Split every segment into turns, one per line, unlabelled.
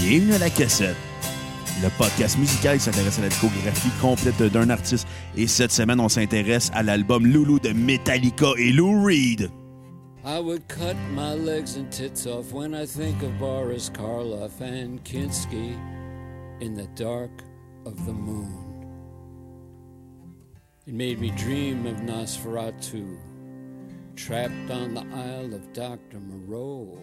Bienvenue à la cassette. Le podcast musical qui s'intéresse à la discographie complète d'un artiste. Et cette semaine, on s'intéresse à l'album Loulou de Metallica et Lou Reed.
I would cut my legs and tits off when I think of Boris Karloff and Kinski in the dark of the moon. It made me dream of Nosferatu, trapped on the Isle of Dr. Moreau.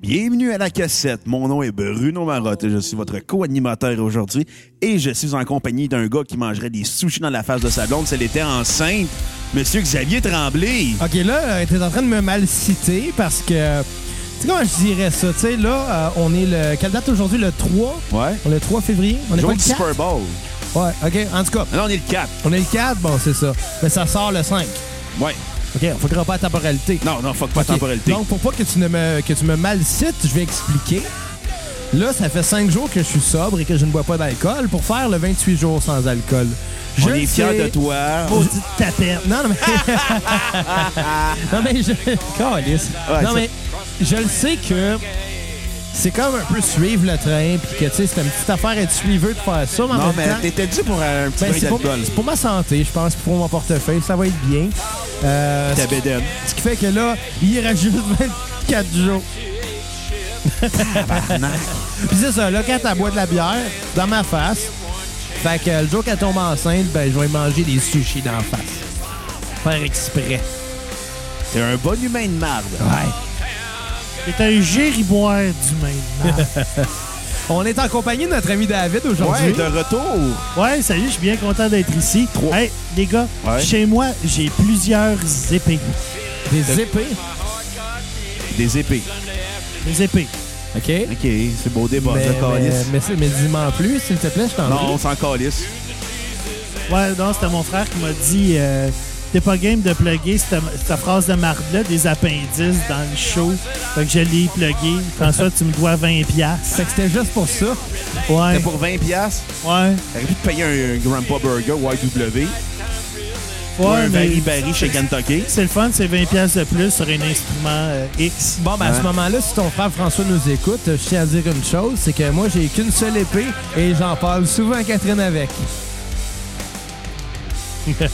Bienvenue à la cassette. Mon nom est Bruno Marotte et je suis votre co-animateur aujourd'hui. Et je suis en compagnie d'un gars qui mangerait des sushis dans la face de sa blonde si elle était enceinte, Monsieur Xavier Tremblay.
OK, là, euh, t'es en train de me mal citer parce que. Tu sais comment je dirais ça? Tu sais, là, euh, on est le. Quelle date aujourd'hui? Le 3?
Ouais.
On est le 3 février? On est
Jour
pas
du
le 4?
Super Bowl.
Ouais, OK. En tout cas,
Ah Non, on est le 4.
on est le 4, bon, c'est ça. Mais ça sort le 5.
Ouais.
OK, on faudra pas la temporalité.
Non, non, fuck pas
OK,
temporalité.
Donc, pour pas que tu, ne me, que tu me mal cites, je vais expliquer. Là, ça fait 5 jours que je suis sobre et que je ne bois pas d'alcool pour faire le 28 jours sans alcool.
on
Je
est fiers
sais-
de toi.
Maudite tapette. Non, non, mais. non, mais je. Câlisse.
Ouais, ça-
non, mais je le sais que c'est comme un peu suivre le train, puis que, tu sais, c'est une petite affaire à être suiveux de faire ça, mais en
Non,
même
mais
temps.
t'étais dû pour un petit
ben,
peu
c'est pour,
d'alcool.
c'est pour ma santé, je pense, pour mon portefeuille, ça va être bien. Euh,
Ta bédaine.
ce qui fait que là, il reste juste 24 jours. Puis c'est ça, là, quand elle boit de la bière, dans ma face, fait que le jour qu'elle tombe enceinte, ben, je vais manger des sushis dans la face. Faire exprès.
T'es un bon humain de marde.
Ouais.
C'est un gériboire d'humain.
On est en compagnie de notre ami David
Ouais,
aujourd'hui.
de retour.
Ouais, salut, je suis bien content d'être ici.
Trois.
Hey, les gars,
Ouais.
chez moi, j'ai plusieurs épées.
Des épées.
Des épées.
Des épées.
OK. Mais,
OK, c'est beau débat. ça,
mais,
calisse.
mais c'est- mais dis-m'en plus, s'il te plaît, je t'en
Non, on
prie.
s'en calisse.
Ouais, non, c'était mon frère qui m'a dit euh, T'es pas game de plugger cette, cette phrase de marde-là, des appendices dans le show. Fait que je l'ai plugué. François, tu me dois 20$. piastres.
Fait que c'était juste pour ça.
Ouais,
T'es pour 20 piastres,
ouais.
t'aurais pu te payer un, un Grandpa Burger YW ou
Ouais,
un
mais-
Barry Barry chez Kentucky.
C'est le fun, c'est 20$ piastres de plus sur un instrument euh, X.
Bon, ben à
Hein?
ce moment-là, si ton frère François nous écoute, je tiens à dire une chose, c'est que moi, j'ai qu'une seule épée et j'en parle souvent à Catherine avec.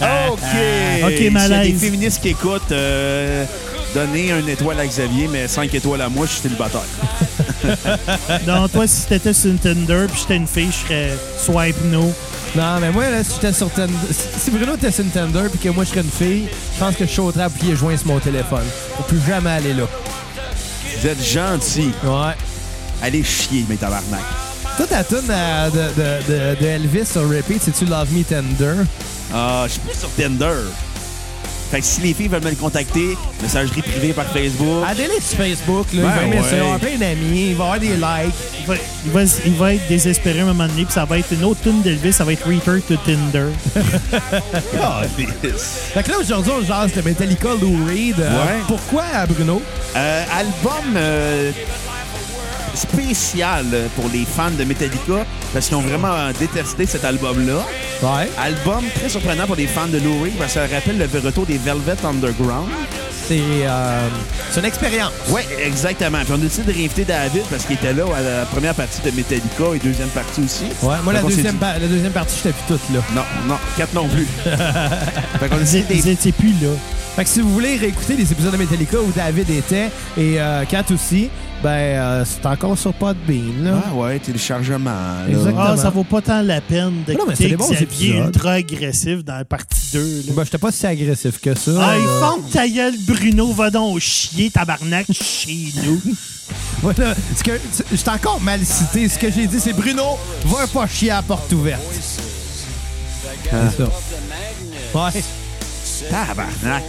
Ah, OK.
OK,
S'il y a des
malaise.
féministes qui écoutent, euh, donnez une étoile à Xavier, mais 5 étoiles à moi, je suis célibataire.
Non, toi, si t'étais sur une Tinder puis j'étais une fille, je serais swipe no.
Non, mais moi, là, si j'étais sur Tinder... si- Si Bruno était sur une Tinder puis que moi, je serais une fille, je pense que je sauterais à plier joint sur mon téléphone. On peut plus jamais aller là.
Vous êtes gentils.
Ouais.
Allez chier, mes tabarnak.
Toi, ta tune euh, de, de- de- de Elvis sur Repeat, c'est-tu Love Me Tender?
Ah, je suis plus sur Tinder. Fait que si les filles veulent me le contacter, messagerie privée par Facebook.
Allez sur Facebook,
Ben
là, il va aimer ça, il va avoir
ouais.
plein d'amis, il va avoir des likes.
Il va, il va- il va être désespéré à un moment donné, puis ça va être une autre tune d'Elvis, ça va être Reaper to Tinder.
Ah, Calisse.
Fait que là, aujourd'hui, on jase de Metallica Lou Reed. Euh,
Ouais.
Pourquoi, euh, Bruno?
Euh, album euh, spécial pour les fans de Metallica parce qu'ils ont vraiment détesté cet album-là.
Ouais.
Album très surprenant pour les fans de Lou Reed parce que ça rappelle le retour des Velvet Underground.
C'est euh, c'est une expérience.
Oui, exactement. Puis on a décidé de réinviter David parce qu'il était là à la première partie de Metallica et deuxième partie aussi.
Ouais, moi, la
Fait qu'on s'est
deuxième,
dit-
par- la deuxième partie, j'étais plus toute là.
Non, non, quatre non plus. fait qu'on a
Vous
décidé
êtes-
des
vous étiez plus là.
Fait que si vous voulez réécouter les épisodes de Metallica où David était et euh, Kat aussi, ben, euh, c'est encore sur Podbean, là.
Ah ouais, téléchargement. là.
Exactement.
Ah, ça vaut pas tant la peine de
Non, mais c'est des bons
Xavier
épisodes.
ultra agressif dans la partie 2. là.
Ben, j'étais pas si agressif que ça.
Ah, ils
là.
font ta gueule, Bruno, va donc chier, tabarnak, chez nous.
Voilà. Ce que, je t'ai encore mal cité. Ce que j'ai dit, c'est Bruno, va pas chier à la porte ouverte. C'est ça. Ouais.
Tabarnak.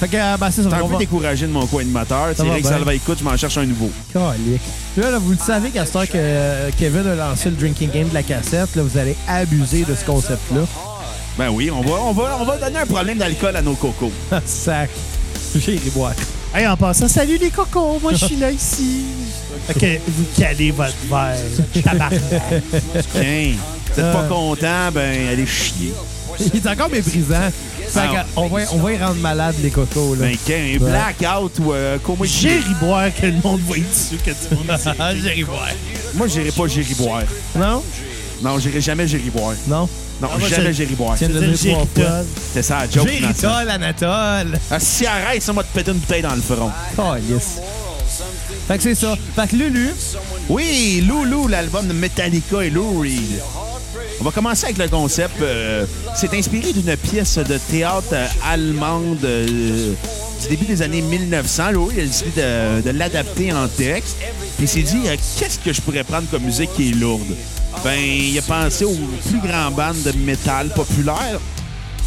Fait que, euh, ben, c'est ça.
T'es un
on
peu
va-
découragé de mon co-animateur.
Ça va
Thierry
bien.
Salva écoute, je m'en cherche un nouveau.
Calique. Là, là, vous le savez qu'à ce heure que euh, Kevin a lancé le drinking game de la cassette, là, vous allez abuser de ce concept-là.
Ben oui, on va, on va, on va donner un problème d'alcool à nos cocos.
Ah, Sac. J'ai ri boire.
Hey, en passant, salut les cocos, moi je suis là ici. Ok, vous calez votre verre, tabarnak.
Tiens, vous êtes pas content, ben allez chier.
Il est encore méprisant. Fait
Ah,
que on, va, on va y rendre malade, les cocos. Là.
Ben, qu'un blackout ou euh, comment il-
Gériboire que le monde va être dessus, que tout le monde dit.
Ah, j'irai voir.
Moi, j'irai pas Gériboire.
Non?
Non, j'irai jamais Gériboire.
Non?
Non,
Ah, moi,
jamais
je-
Gériboire.
Tiens,
Je veux
donné
dire,
trois fois.
Géritol.
C'était ça la joke. Nathan.
Géritol, Anatole.
Ah, si arrête, ça m'a te péter une bouteille dans le front.
Oh, yes. Fait que c'est ça. Fait que Lulu,
Oui, Loulou, l'album de Metallica et Lou Reed. On va commencer avec le concept. euh, c'est inspiré d'une pièce de théâtre euh, allemande euh, du début des années 1900. Lou Reed a décidé de, de l'adapter en texte. Puis il s'est dit, euh, qu'est-ce que je pourrais prendre comme musique qui est lourde? Ben, il a pensé aux plus grands bandes de métal populaires,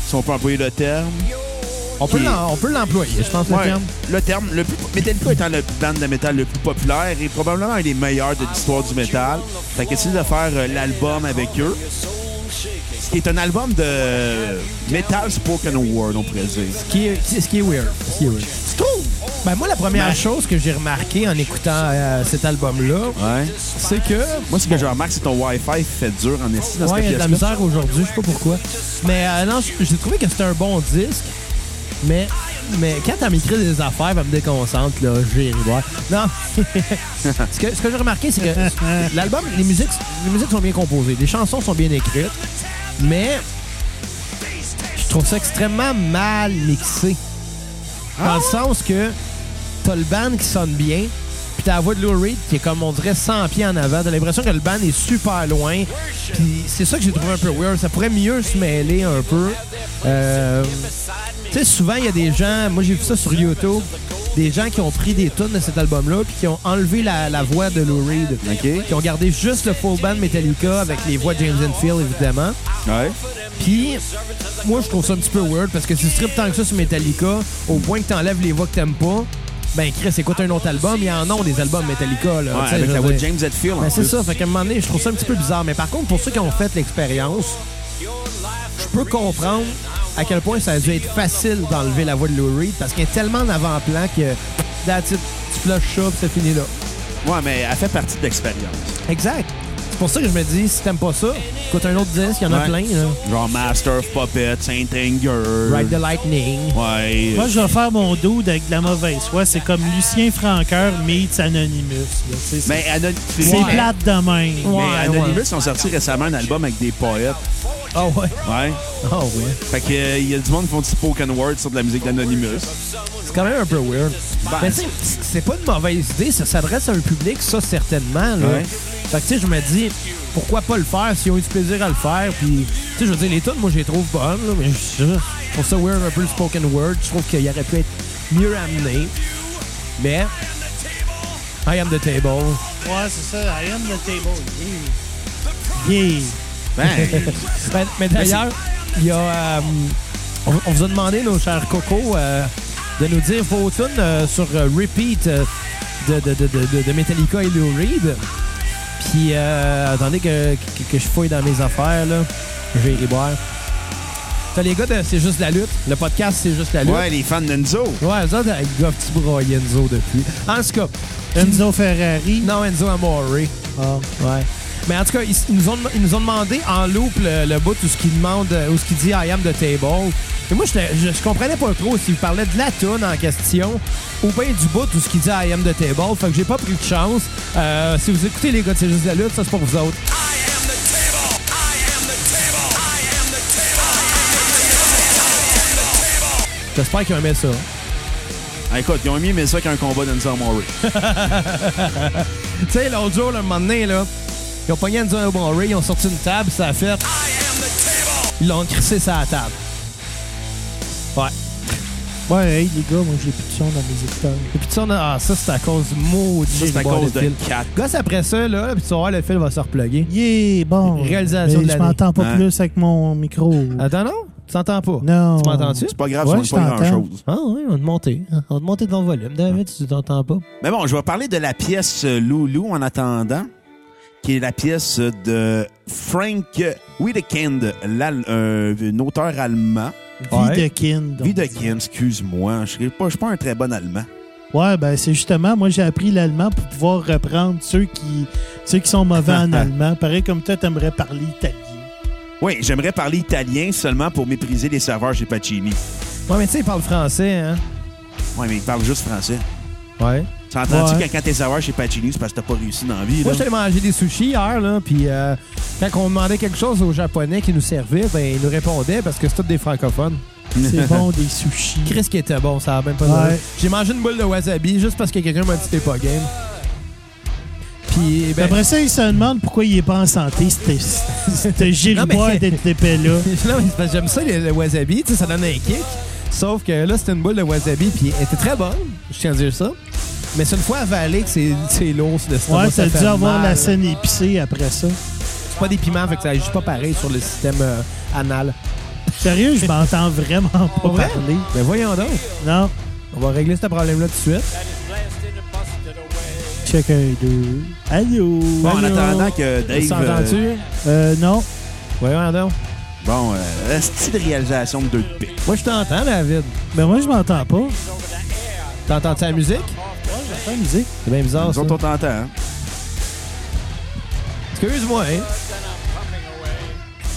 si on peut employer le terme.
on peut
Qui-
l'en- on peut l'employer, je pense, le
Ouais,
terme.
Le terme. Le plus, Metallica étant le band de métal le plus populaire et probablement un des meilleurs de l'histoire du métal. Fait qu'il a décidé de faire euh, l'album avec eux. Ce qui est un album de metal spoken word, on pourrait dire.
qui est, qui- ce qui est weird. Ce qui est weird. Tu trouves? Ben moi, la première
Ben-
chose que j'ai remarqué en écoutant euh, cet album-là,
Ouais.
c'est que...
Moi, ce que je remarque, c'est ton Wi-Fi fait dur en esti dans
Ouais, il y a
cette
de
pièce-là.
la misère aujourd'hui, je sais pas pourquoi. Mais euh, non, j'ai trouvé que c'était un bon disque, mais, mais quand elle m'écrit des affaires, elle me déconcentre, là, j'ai voir. Non, ce que, ce que j'ai remarqué, c'est que l'album, les musiques, les musiques sont bien composées, les chansons sont bien écrites, mais je trouve ça extrêmement mal mixé. Dans le sens que t'as le band qui sonne bien, puis t'as la voix de Lou Reed qui est comme on dirait 100 pieds en avant. T'as l'impression que le band est super loin. Puis c'est ça que j'ai trouvé un peu weird. Ça pourrait mieux se mêler un peu. Euh, tu sais, souvent, il y a des gens, moi j'ai vu ça sur YouTube, des gens qui ont pris des tunes de cet album-là, puis qui ont enlevé la, la voix de Lou Reed.
OK.
Qui ont gardé juste le full band Metallica avec les voix de James Enfield, évidemment.
Ouais.
Puis, moi, je trouve ça un petit peu weird parce que si tu strippes tant que ça sur Metallica, au point que t'enlèves les voix que t'aimes pas, ben Chris, écoute un autre album. Il y en a des albums Metallica. Là,
Ouais,
tu sais,
avec
je
la
veux
voix de
dire.
James Hetfield. en
Ben, c'est
plus.
ça, fait qu'à un moment donné, je trouve ça un petit peu bizarre. Mais par contre, pour ceux qui ont fait l'expérience, je peux comprendre à quel point ça a dû être facile d'enlever la voix de Lou Reed parce qu'il est tellement en avant-plan que là, tu, tu flushes ça, puis c'est fini là.
Ouais, mais elle fait partie de l'expérience.
Exact. C'est pour ça que je me dis, si t'aimes pas ça, écoute un autre disque, il y en a
Ouais.
plein. Là.
Genre Master of Puppets, Saint Anger.
Ride the Lightning.
Ouais.
Moi, je vais faire mon dude avec de la mauvaise foi. C'est comme Lucien Franqueur meets Anonymous. là. C'est-
Mais Anon-
C'est
Mais
Ouais.
plate de même.
Ouais.
Anonymous, ils ont sorti récemment un album avec des poètes.
Oh ouais.
Ouais.
Oh ouais.
Fait que euh, il y a du monde qui font du spoken word sur de la musique d'Anonymous.
C'est quand même un peu weird.
Ben,
mais tu sais, c'est c'est pas une mauvaise idée, ça s'adresse à un public, ça certainement. Là.
Ouais.
Fait que tu sais, je me dis, pourquoi pas le faire s'ils ont eu du plaisir à le faire. Puis, tu sais, je veux dire, les tunes, moi, je les trouve bonnes, là, mais je je trouve ça weird un peu le spoken word. Je trouve qu'il aurait pu être mieux amené. Mais, I am the table.
Ouais, c'est ça. I am the table. Yeah. Yeah.
Ben,
Ben, mais d'ailleurs, il y a. euh, on, on vous a demandé, nos chers cocos, euh, de nous dire vos tunes euh, sur euh, repeat euh, de, de, de, de, de Metallica et Lou Reed. Puis, euh, attendez que, que, que je fouille dans mes affaires, là. J'ai les boire. T'as les gars de C'est juste la lutte. Le podcast, c'est juste la lutte.
ouais, les fans d'Enzo.
Ouais, eux autres, ils doivent petit broyer Enzo depuis. En tout cas,
Enzo Ferrari.
non, Enzo Amore.
Ah.
Ouais. Mais en tout cas, ils, ils nous, ont, ils nous ont demandé en loop le, le bout où ce qu'il demande, euh, où ce qu'il dit I am the table. Et moi, j'étais- je, je comprenais pas trop s'il parlait de la toune en question ou bien du bout où ce qu'il dit I am the table. Fait que j'ai pas pris de chance. Euh, si vous écoutez les gars de C'est juste la lutte, ça c'est pour vous autres. J'espère qu'ils ont aimé ça.
Ah, écoute, ils ont mis mais ça qu'un combat d'Enzo Amore.
Tu sais, l'autre jour, là, un moment donné, là, ils ont pogné Enzo Amore, ils ont sorti une table, ça a fait. Ils l'ont crissé sur la table. Ouais.
Ouais, hey, les gars, moi, j'ai plus de son dans mes écouteurs.
Et puis ça, on a- ah, ça c'est à cause du maudit.
Ça, c'est à
boire
cause de
fil.
Kat.
Gosse après ça, là, puis tu vas voir, le fil va se repluguer.
Yeah, bon.
Réalisation
Mais
de
Je
l'année.
m'entends pas
Hein?
plus avec mon micro.
Attends, non? Tu t'entends pas?
Non.
Tu m'entends-tu?
C'est pas grave,
Ouais,
c'est pas
je t'entends.
grand-chose.
Ah oui, on va te monter. On va te monter ton volume. David, tu t'entends pas?
Mais bon, je vais parler de la pièce euh, Loulou en attendant, qui est la pièce de Frank Wiedekind, l'al- euh, un auteur allemand.
Videkin. donc.
Wiedekind, excuse-moi, je ne suis pas un très bon allemand.
Ouais, ben c'est justement, moi j'ai appris l'allemand pour pouvoir reprendre ceux qui ceux qui sont mauvais en allemand. Pareil comme toi, t'aimerais parler italien.
Oui, j'aimerais parler italien seulement pour mépriser les serveurs chez Pacini.
Ouais, mais tu sais, il parle français, hein?
Oui, mais ils parlent juste français.
Ouais.
T'entends-tu
Ouais.
que quand t'es serveur chez Pacini, c'est parce que t'as pas réussi dans la vie,
Moi,
là?
j'allais manger des sushis hier, là, puis euh, quand on demandait quelque chose aux Japonais qui nous servaient, ben, ils nous répondaient parce que c'est tous des francophones.
C'est bon, des sushis.
Chris qui était bon, ça a même pas
Ouais.
d'allure. J'ai mangé une boule de wasabi juste parce que quelqu'un m'a dit t'es pas game. Puis, ben,
Après ça, il se demande pourquoi il est pas en santé, c'était
Non,
Gilbois
mais-
d'être épais là.
non, mais c'est parce que j'aime ça, le, le wasabi, tu sais, ça donne un kick. Sauf que là, c'était une boule de wasabi, puis elle était très bonne, je tiens à dire ça. Mais c'est une fois avalé que c'est- c'est lourd, c'est de l'estomac,
Ouais,
ça
t'as
fait
dû avoir
mal.
la scène épicée après ça.
C'est pas des piments, fait que ça agit pas pareil sur le système euh, anal.
Sérieux, je m'entends vraiment pas
Pour vrai?
parler.
Ben voyons donc.
Non.
On va régler ce problème-là tout de suite.
Check un, deux. Allô?
Bon, en
Allô?
attendant que
On
Dave...
s'entend-tu?
euh,
Euh, non.
Voyons donc.
bon, euh, style de réalisation de deux de pique.
Moi, je t'entends, David.
Ben moi, je m'entends pas.
T'entends-tu la musique?
J'entends la musique.
C'est bien bizarre,
Nous
ça.
autres, on t'entend, hein?
Excuse-moi, hein.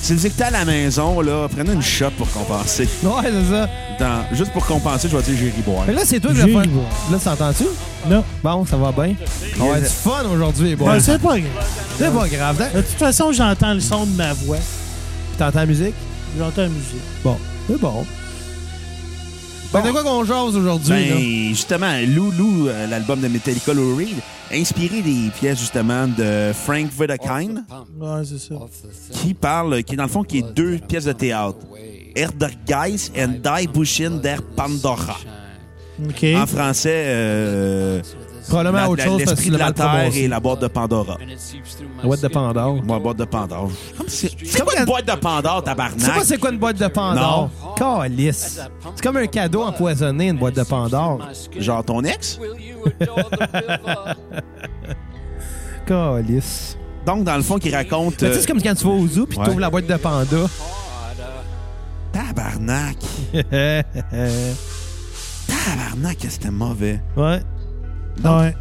Si vous écoutez à la maison, là, prenez une shot pour compenser.
Ouais, c'est ça.
Dans- Juste pour compenser, je vais dire Jerry Boire.
Mais là, c'est toi qui
J'ai
vas faire...
le droit.
Là, t'entends-tu?
Non.
Bon, ça va bien. On va être fun aujourd'hui, les boys.
Ben, c'est pas grave.
C'est pas grave.
De
T'en-
toute façon, j'entends le son de ma voix.
T'entends la musique?
J'entends la musique.
Bon. C'est bon. Ben, de quoi qu'on jase aujourd'hui, là?
Ben, justement, Loulou, euh, l'album de Metallica Lou Reed, inspiré des pièces justement de Frank Vodokine,
Ouais, c'est ça.
qui parle, qui dans le fond, qui est deux pièces de théâtre. Erdergeist and Die Bushin der Pandora.
OK.
Ah,
En français, euh,
Probablement
la-
autre
la-
chose parce que
l'esprit
tu
de
l'as
la
mal
Terre et
prononcé.
la boîte de Pandora.
Boîte de Pandore.
Moi, boîte de Pandora. C'est c'est
Comme
quoi
la-
une boîte de Pandora,
Tu sais pas
tabarnak?
c'est quoi une boîte de Pandore? Calice. C'est comme un cadeau empoisonné, une boîte de Pandore.
Genre ton ex?
Calice.
Donc, dans le fond, qui raconte...
Tu sais,
euh,
c'est comme quand tu vas au zoo puis tu
Ouais.
ouvres la boîte de panda.
euh, Tabarnak! Tabarnak, que c'était mauvais.
ouais.
Ouais.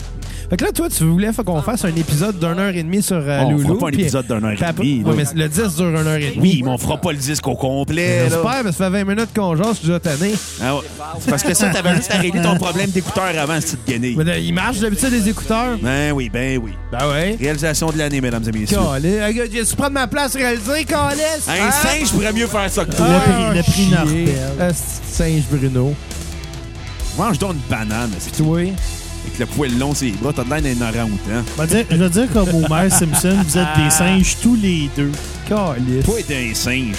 Fait que là, toi, tu voulais faut qu'on fasse un épisode d'une heure et demie sur euh,
On
Loulou.
fera pas un
puis-
épisode d'une heure et
puis après-
demie,
Ouais,
là.
mais le 10 dure une heure et demie. Eh,
Oui, mais on fera pas le disque au complet.
J'espère,
là.
parce que ça fait 20 minutes qu'on jase, je suis déjà tanné.
Ah ouais. C'est parce que ça, t'avais juste à régler ton problème d'écouteur avant, ce petite guenille.
Mais là, il marche d'habitude, les écouteurs.
Ben oui, ben oui.
Ben ouais.
Réalisation de l'année, mesdames et messieurs.
Calais. Tu prends de ma place Ah! réalisée, Calais.
Un singe pourrait mieux faire ça que
Ah,
toi.
Le prix- le prix Nortel.
Singe Bruno.
Mange donc une banane, c'est
Tu
tout.
vois?
Avec le poil long, c'est les bras, t'as de l'air d'un orang-outan.
Je vais dire- Je vais dire comme Homer Simpson, vous êtes des singes tous les deux.
Calais.
Toi, t'es un singe.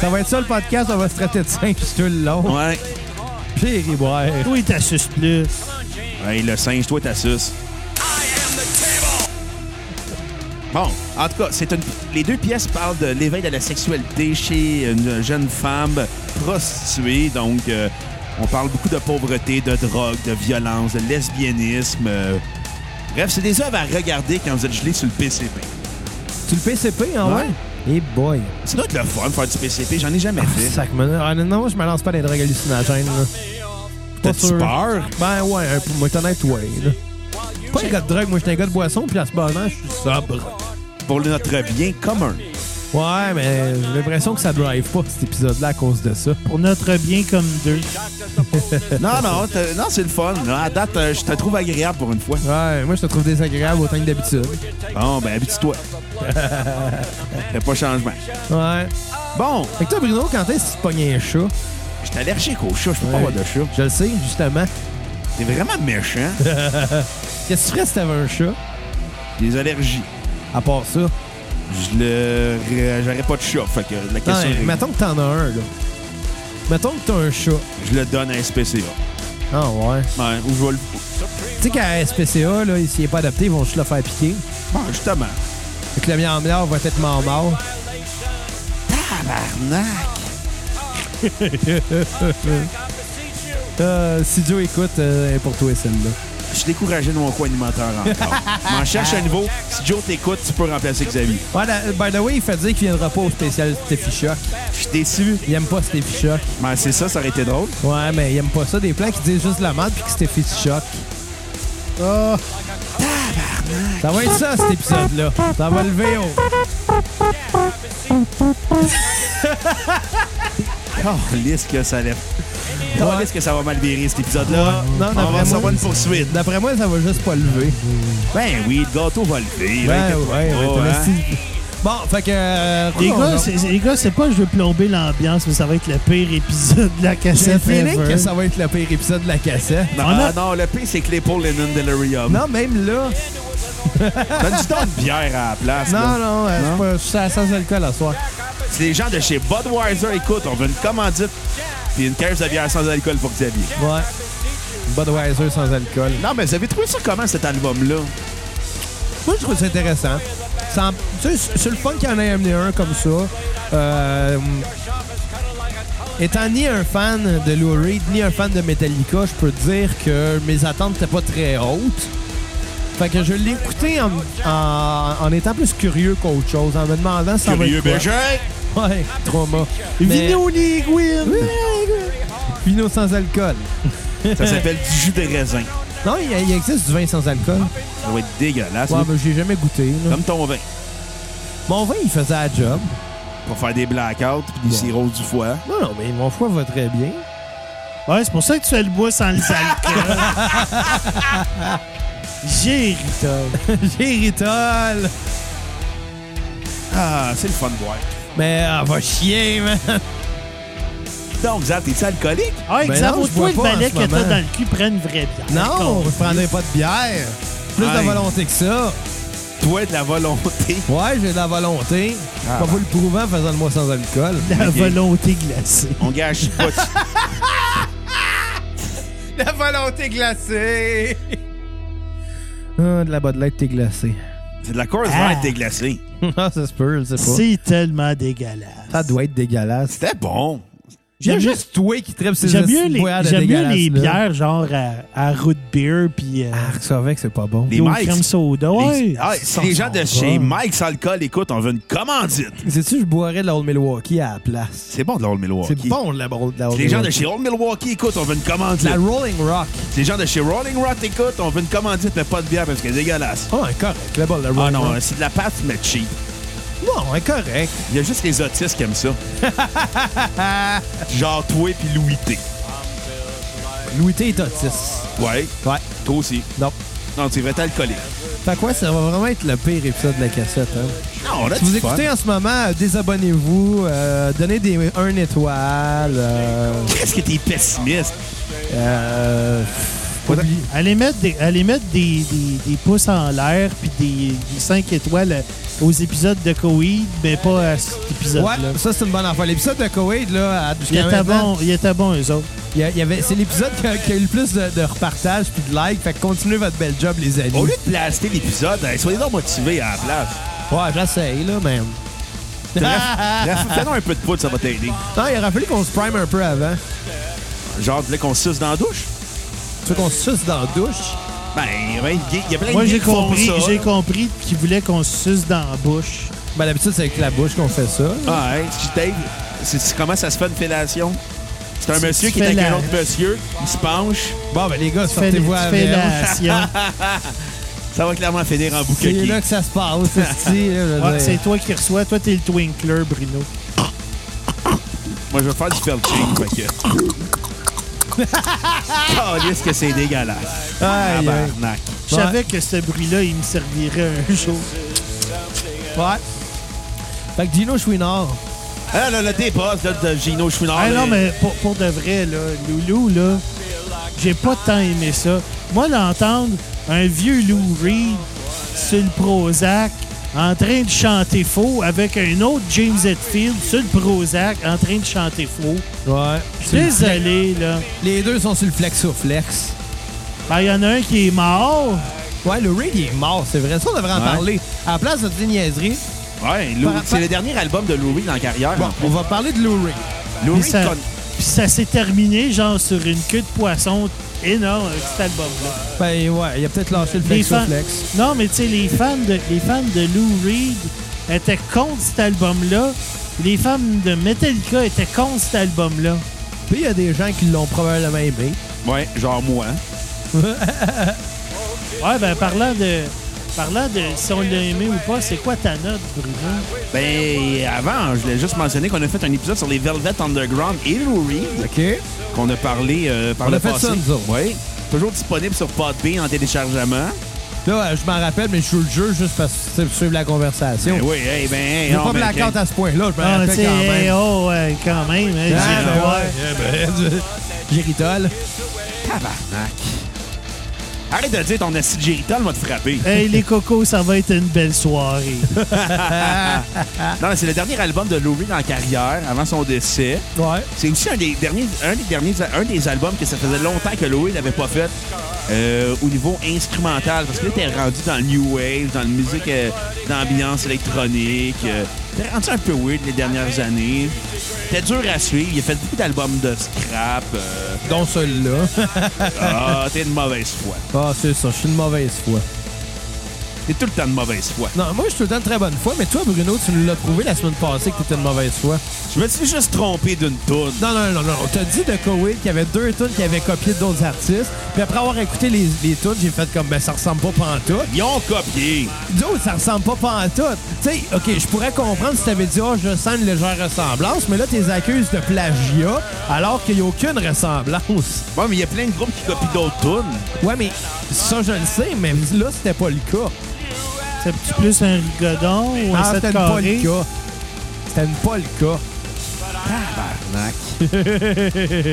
Ça va être ça le podcast, on va se traiter de singe tout le long.
Ouais.
Pire et boire.
Toi, il t'assuste plus.
Hey, le singe, toi, t'assus. Bon, en tout cas, c'est une... les deux pièces parlent de l'éveil de la sexualité chez une jeune femme prostituée. Donc, euh, on parle beaucoup de pauvreté, de drogue, de violence, de lesbianisme. euh. Bref, c'est des œuvres à regarder quand vous êtes gelé sur le PCP.
Tu le PCP, hein, ouais?
Ouais.
Et boy.
C'est notre le fun, faire du PCP. J'en ai jamais fait.
Sac, man. Honnêtement, moi, je me lance pas dans les drogues hallucinogènes, là. Pas
T'as-tu
sûr.
peur?
Ben ouais, un- pour moi, être honnête, ouais. là. Pas un gars de drogue, moi, j'étais un gars de boisson, puis en ce moment, je suis sobre.
Pour notre bien commun.
Ouais, mais j'ai l'impression que ça drive pas, cet épisode-là, à cause de ça.
Pour notre bien comme deux.
Non, non, t'as- non, c'est le fun. À date, euh, je te trouve agréable pour une fois.
Ouais, moi, je te trouve désagréable autant que d'habitude.
Bon, ben habitue-toi. Fais pas changement.
Ouais.
Bon,
Fait que toi, Bruno, quand est-ce que tu te pognais un chat?
je suis allergique aux chats, je peux pas
Ouais.
avoir de chat.
Je le sais, justement.
T'es vraiment méchant.
Qu'est-ce que tu ferais si t'avais un chat,
Des allergies.
à part ça?
Je le. J'aurais pas de chat, fait que la question
Ouais,
est-
mettons que t'en as un, là. Mettons que t'as un chat.
Je le donne à SPCA.
Ah ouais.
Ouais, ou je vais le.
Tu sais qu'à SPCA, là, s'il est pas adapté, ils vont juste le faire piquer.
Bon, justement.
Fait que le mien va être mort mort.
Tabarnak!
Euh, si Joe écoute, euh, elle est pour toi celle-là.
Je suis découragé de mon co-animateur encore. M'en cherche un nouveau. Si Joe t'écoute, tu peux remplacer Xavier.
Ouais, la- by the way, il fait dire qu'il viendra pas au spécial Steffi Shock.
Je suis déçu.
Il aime pas Steffi Shock.
Ben, c'est ça, ça aurait été drôle.
Ouais, mais il aime pas ça. Des plans qui disent juste de la merde puis que Steffi Shock. Oh! oh. Ça va être ça, cet épisode-là. Ça va lever haut.
Calisse que ça lève. Calisse que ça va mal virer cet épisode-là. On
Non,
va
d'après moi,
recevoir une poursuite.
D'après moi, ça va juste pas lever.
Ben oui, le gâteau va lever.
Ouais,
inquiète-toi
ouais,
pas,
ouais.
hein.
t'as le style. Bon, fait que. euh,
Les
on-
gars,
on-
c'est- les gars, c'est pas je veux plomber l'ambiance, mais ça va être le pire épisode de la
j'ai le
cassette.
feeling
ever.
que ça va être le pire épisode de la cassette.
Non,
On a-
non, le pire, c'est Claypool Lennon Delirium.
Non, même là.
Donne du temps de bière à la place. là.
Non, non, euh,
Non?
c'est pas- je suis à sans alcool à soir.
Si les gens de chez Budweiser écoutent, on veut une commandite puis une caisse de bière sans alcool pour Xavier.
Ouais. Budweiser sans alcool.
Non, mais vous avez trouvé ça comment, cet album-là?
Moi, je trouve ça intéressant. Ça en- tu sais, c'est le fun qu'il y en ait amené un comme ça. Euh, étant ni un fan de Lou Reed, ni un fan de Metallica, je peux te dire que mes attentes n'étaient pas très hautes. Fait que je l'ai écouté en, en- en étant plus curieux qu'autre chose, en me demandant si ça va être quoi.
Bégin!
Ouais, trauma.
Vino
Oui, Vino sans alcool.
Ça s'appelle du jus de raisin.
Non, il, il existe du vin sans alcool.
Ça va être dégueulasse.
Ouais,
là.
mais je l'ai jamais goûté. là.
Comme ton vin.
Mon vin, il faisait la job.
Pour faire des blackouts puis du
Bon.
sirop du foie.
Non, non, mais mon foie va très bien.
Ouais, c'est pour ça que tu fais le bois sans le alcool. J'ai ri, Tom.
Géritol!
Ah, c'est le fun de boire.
Mais on va chier, man!
Donc, Zab, t'es-tu alcoolique?
Ah,
Ben
Xav,
non,
au
je bois
toi, le
pas en
balai
ce
que t'as
moment.
dans le cul prenne une vraie bière.
Non,
Con.
je prendrai pas de bière. Plus
Aïe.
de volonté que ça.
Toi, de la volonté.
Ouais, j'ai de la volonté.
Ah,
je vais vous le prouver en faisant le mois sans alcool.
La
Ok.
volonté glacée.
On gâche pas. tu-
La volonté glacée! Ah, de la Bud Light, t'es glacée.
C'est de la course
Ah.
verte déglacée.
ah, ça se peut, je sais pas.
C'est tellement dégueulasse.
Ça doit être dégueulasse.
C'était bon.
Il y a
J'aime
juste toi qui tripes ces
J'aime mieux
hosties de
les,
boyards de
j'aime mieux les
dégueulasses, là. Ah,
bières genre à, à root beer puis euh,
Arc, ça va que c'est pas bon.
Les
et au
Mike's.
crème soda.
Les-
Ouais,
ah,
ça
si les gens de
s'en
chez
va.
Mike's Alcool écoutent, on veut une commandite.
Sais-tu, je boirais de la Old Milwaukee à la place.
C'est bon de l'Old Milwaukee.
C'est bon, de la, de la Old
Si
Milwaukee.
les gens de chez Old Milwaukee écoutent, on veut une commandite.
La Rolling Rock.
Si les gens de chez Rolling Rock écoutent, on veut une commandite, mais pas de bière parce qu'elle est dégueulasse.
Ah, hein. oh, correct. La Rolling
Ah non,
Rock.
c'est de la pâte, mais cheap.
Non, correct.
Il y a juste les autistes qui aiment ça. Genre toi puis Louis T.
Louis T est autiste.
Ouais,
Ouais.
toi aussi.
Non.
Non, c'est vrai, t'es alcoolique.
Fait quoi, ça va vraiment être le pire épisode de la cassette. Hein?
Non, on a
Si vous
du fun.
écoutez en ce moment, euh, désabonnez-vous, euh, donnez des 1 étoile. Euh,
Qu'est-ce que t'es pessimiste?
euh, oublie-
Allez mettre des, allez mettre des, des, des pouces en l'air puis des, des 5 étoiles aux épisodes de Coheed, mais pas à cet épisode-là.
Ouais, ça c'est une bonne affaire. L'épisode de Koweïd, là, à-
Il
jusqu'à
était
maintenant,
bon, il était bon, eux autres.
il y a- il y avait- c'est l'épisode qui a, qui a eu le plus de, de repartages puis de likes. Fait que continuez votre bel job, les amis.
Au lieu de blaster l'épisode, eh, soyez donc motivés à la place.
Ouais, j'essaye, là, même.
Ah.
Bref, Fais-nous un peu de poudre, ça va t'aider.
Non, Ah, il aurait fallu qu'on se prime un peu avant.
Genre, tu voulais qu'on se suce dans la douche?
Tu veux qu'on se suce dans la douche?
Ben, il y a plein de gays- il y a plein de
Moi,
gays
j'ai
qui font
compris,
ça.
j'ai compris qu'ils voulaient qu'on se suce dans la bouche.
Ben, d'habitude, c'est avec la bouche qu'on fait ça.
Ah, hein, si tu t'aides, c'est- c'est comment ça se fait une fellation? C'est un
Tu-
monsieur
tu
qui est
fais
avec
la-
un autre monsieur, il se penche,
Bon, ben, les gars,
Tu fais, tu
sortez-vous
fais
avec.
l'ation.
ça va clairement finir en
C'est
boucaquet.
là que ça se passe, c'est là, je veux
Ah,
dire.
c'est toi qui reçois. Toi, t'es le twinkler, Bruno.
Moi, je vais faire du felching, fait que... Calisse que c'est dégueulasse.
Aïe, aïe.
Tabarnak.
Je
Ouais.
savais que ce bruit-là, il me servirait un jour.
Ouais. Fait que Gino Chouinard,
Ah, là, le dépasse là, de Gino Chouinard.
Ah
là,
non, mais pour, pour de vrai, là, Loulou, là, j'ai pas tant aimé ça. Moi, l'entendre un vieux Lou Reed sur le Prozac en train de chanter faux avec un autre James Hetfield sur le Prozac en train de chanter faux.
ouais.
Désolé, là.
Les deux sont sur le flex sur flex.
Ben, il y en a un qui est mort.
Ouais, le Reed, il est mort, c'est vrai. Ça, on devrait en
Ouais.
parler. À la place de dire niaiserie,
Ouais, Lou-
Par-
c'est le dernier album de Lou Reed en carrière.
bon, on va parler de Lou Reed.
Lou
Puis
Reed
ça,
con-
puis ça s'est terminé, genre, sur une queue de poisson énorme, avec cet album-là.
Ben, ouais, il a peut-être lâché le
Les
flex sur
fans-
flex.
Non, mais tu sais, les fans de les fans de Lou Reed étaient contre cet album-là. Les fans de Metallica étaient contre cet album-là.
Puis, il y a des gens qui l'ont probablement aimé.
Ouais, genre moi.
Ouais, ben parlant de Parlant de si on l'a aimé ou pas, c'est quoi ta note, Bruno?
Ben, avant, je voulais juste mentionner qu'on a fait un épisode sur les Velvet Underground et Lou Reed,
OK.
qu'on a parlé euh, par
On
le
a fait
passé.
ça, nous autres.
Oui. Toujours disponible sur Podbean en téléchargement.
Là, ouais, je m'en rappelle, mais je joue le jeu juste parce que c'est pour suivre la conversation.
Ben oui, hey, ben, hey,
Je veux
non,
pas
mais-
blackout à ce point-là, je me
Ah, tu
rappelle
sais,
Ben, quand
hey,
même.
oh, ouais, quand même. hein,
Ah,
j'ai-
ben
ouais.
ouais. Eh ben, J'ai ritole.
Tabarnak. Arrête de dire ton assis de géritol va te frapper.
Hey, les cocos, ça va être une belle soirée.
Non, mais c'est le dernier album de Lou Reed en carrière, avant son décès.
Ouais.
C'est aussi un des derniers, un des derniers, un des albums que ça faisait longtemps que Lou Reed n'avait pas fait euh, au niveau instrumental, parce qu'il était rendu dans le new wave, dans la musique euh, d'ambiance électronique. euh, il était rendu un peu weird les dernières années. C'était dur à suivre. Il a fait beaucoup d'albums de scrap. euh,
Dont celui-là.
Ah, t'es de mauvaise foi.
Ah, c'est ça, je suis une mauvaise foi.
T'es tout le temps de mauvaise foi.
Non, moi, je suis tout le temps de très bonne foi, mais toi, Bruno, tu nous l'as prouvé la semaine passée que t'étais de mauvaise foi.
Je me suis juste trompé d'une toune.
Non, non, non, non. On t'a dit de Cowill qu'il y avait deux tunes qui avaient copié d'autres artistes. Puis après avoir écouté les, les tunes, j'ai fait comme, ben, ça ressemble pas pantoute.
Ils ont copié.
D'autres, ça ressemble pas pantoute. Tu sais, OK, je pourrais comprendre si t'avais dit, oh, je sens une légère ressemblance, mais là, t'es accuses de plagiat alors qu'il n'y a aucune ressemblance.
Bon, mais il y a plein de groupes qui copient d'autres tunes.
Ouais, mais ça, je le sais, mais là, c'était pas le cas.
C'est plus un rigodon ou
Ah,
un 7
c'était pas le
carré?
cas. C'était pas le cas.
Tabarnak.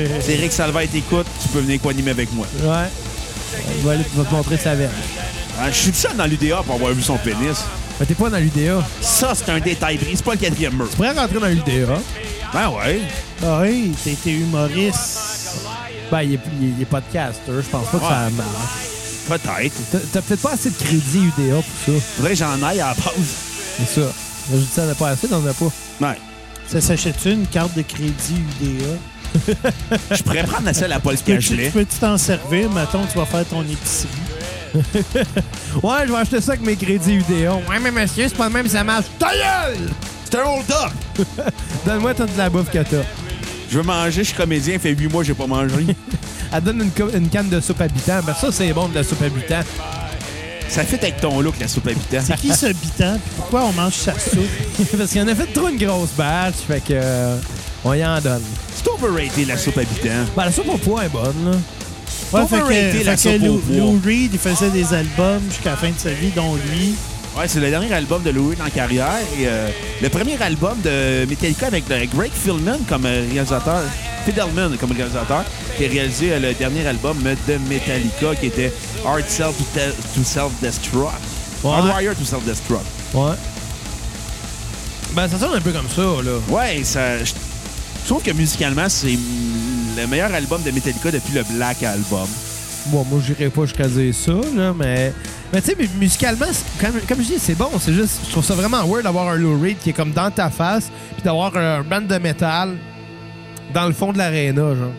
C'est Rick Salvat écoute, tu peux venir co-animer avec moi.
Ouais. Je vais aller je vais te montrer sa veine.
Ah, je suis le seul dans l'UDA pour avoir vu son pénis.
Mais t'es pas dans l'UDA.
Ça, c'est un détail bris, c'est pas le quatrième mur.
Tu pourrais rentrer dans l'UDA.
Ben ouais.
Ah oui, t'as été humoriste.
Ben, il est, il est- il est podcaster. Je pense pas que ça
Ouais.
marche.
Peut-être.
T'as- T'as peut-être pas assez de crédit UDA pour ça.
Faudrait que j'en aille à la pause.
C'est ça. Je dis ça, on a pas assez, t'en as pas.
Ouais.
Ça s'achète-tu une carte de crédit UDA?
Je pourrais prendre la selle à Paul
Peux-tu
Cagelet.
peux-tu t'en servir? Mettons, tu vas faire ton épicerie.
Ouais, je vais acheter ça avec mes crédits UDA. Ouais, mais monsieur, c'est pas le même, ça marche. Ta gueule!
C'est un hold-up!
Donne-moi toute la bouffe que t'as.
Je veux manger, je suis comédien, fait 8 mois que j'ai pas mangé.
Elle donne une, co- une canne de soupe habitant. Ben, ça, c'est bon de la soupe habitant.
ça fit avec ton look, la soupe habitant.
C'est qui ce bitan? Puis Pourquoi on mange sa soupe?
Parce qu'il en a fait trop une grosse batch, fait que. euh, on y en donne.
C'est overrated, la soupe habitant.
Ben, la soupe au poids est bonne, là.
Ouais, fait
Overrated,
que,
la
fait que
soupe au
Lou,
pois.
Lou Reed, il faisait des albums jusqu'à la fin de sa vie, dont lui.
Ouais, c'est le dernier album de Lou Reed en carrière et euh, le premier album de Metallica avec euh, Greg Fielman comme euh, réalisateur, Fidelman comme réalisateur, qui a réalisé euh, le dernier album de Metallica qui était Hard Self to, Te- to Self-Destruct.
Ouais.
Hardwire to Self-Destruct.
Ouais. Ben, ça sonne un peu comme ça, là.
Ouais, ça, je je trouve que musicalement, c'est mm, le meilleur album de Metallica depuis le Black Album.
Bon, moi, j'irai pas jusqu'à dire ça, là, mais. Mais tu sais, mais musicalement, c'est- comme, comme je dis, c'est bon. C'est juste, je trouve ça vraiment weird d'avoir un Lou Reed qui est comme dans ta face, puis d'avoir un band de métal dans le fond de l'aréna, genre.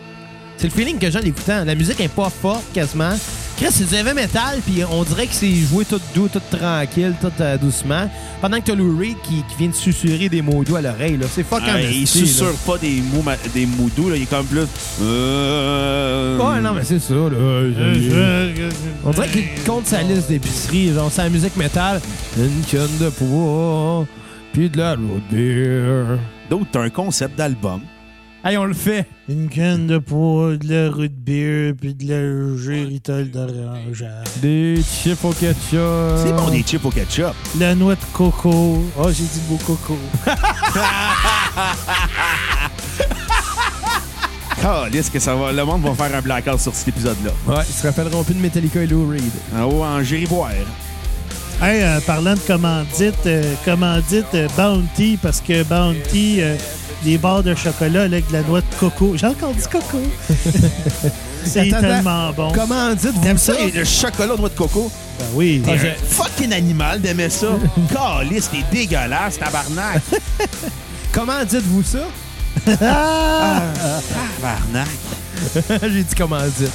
C'est le feeling que j'ai en l'écoutant. La musique est pas forte, quasiment. Chris, c'est du heavy metal, puis on dirait que c'est joué tout doux, tout tranquille, tout euh, doucement. Pendant que t'as Lou Reed qui, qui vient de susurrer des mots doux à l'oreille, là. C'est fucking.
Ah, il
nasty, là.
susurre pas des mots, ma- des mots doux, là, il est comme plus. euh,
Ouais, non, mais c'est ça, là.
Euh,
On dirait qu'il compte sa liste d'épicerie, genre sa musique métal. Une canne de poids, puis de la road beer.
D'autres, t'as un concept d'album.
Hey, on le fait.
Une canne de poids, de la root beer, puis de la géritole d'orange.
Des chips au ketchup.
C'est
Euh.
bon, des chips au ketchup.
La noix de coco. Oh, j'ai dit beau coco.
Calisse que ça va. Le monde va faire un blackout sur cet épisode-là.
Ouais, ils se rappelleront plus de Metallica et Lou Reed.
En haut, en gérivoire.
Hey, euh, parlant de commandite, euh, commandite euh, Bounty, parce que Bounty, euh, les barres de chocolat là, avec de la noix de coco. J'ai encore dit coco. C'est
Attends,
tellement bon.
Comment dites-vous ça?
et le chocolat noix de coco.
Ben oui.
T'es
Ah, je-
un fucking animal d'aimer ça. Calisse, t'es dégueulasse, tabarnak.
Comment dites-vous ça?
tabarnak.
J'ai dit comment dites.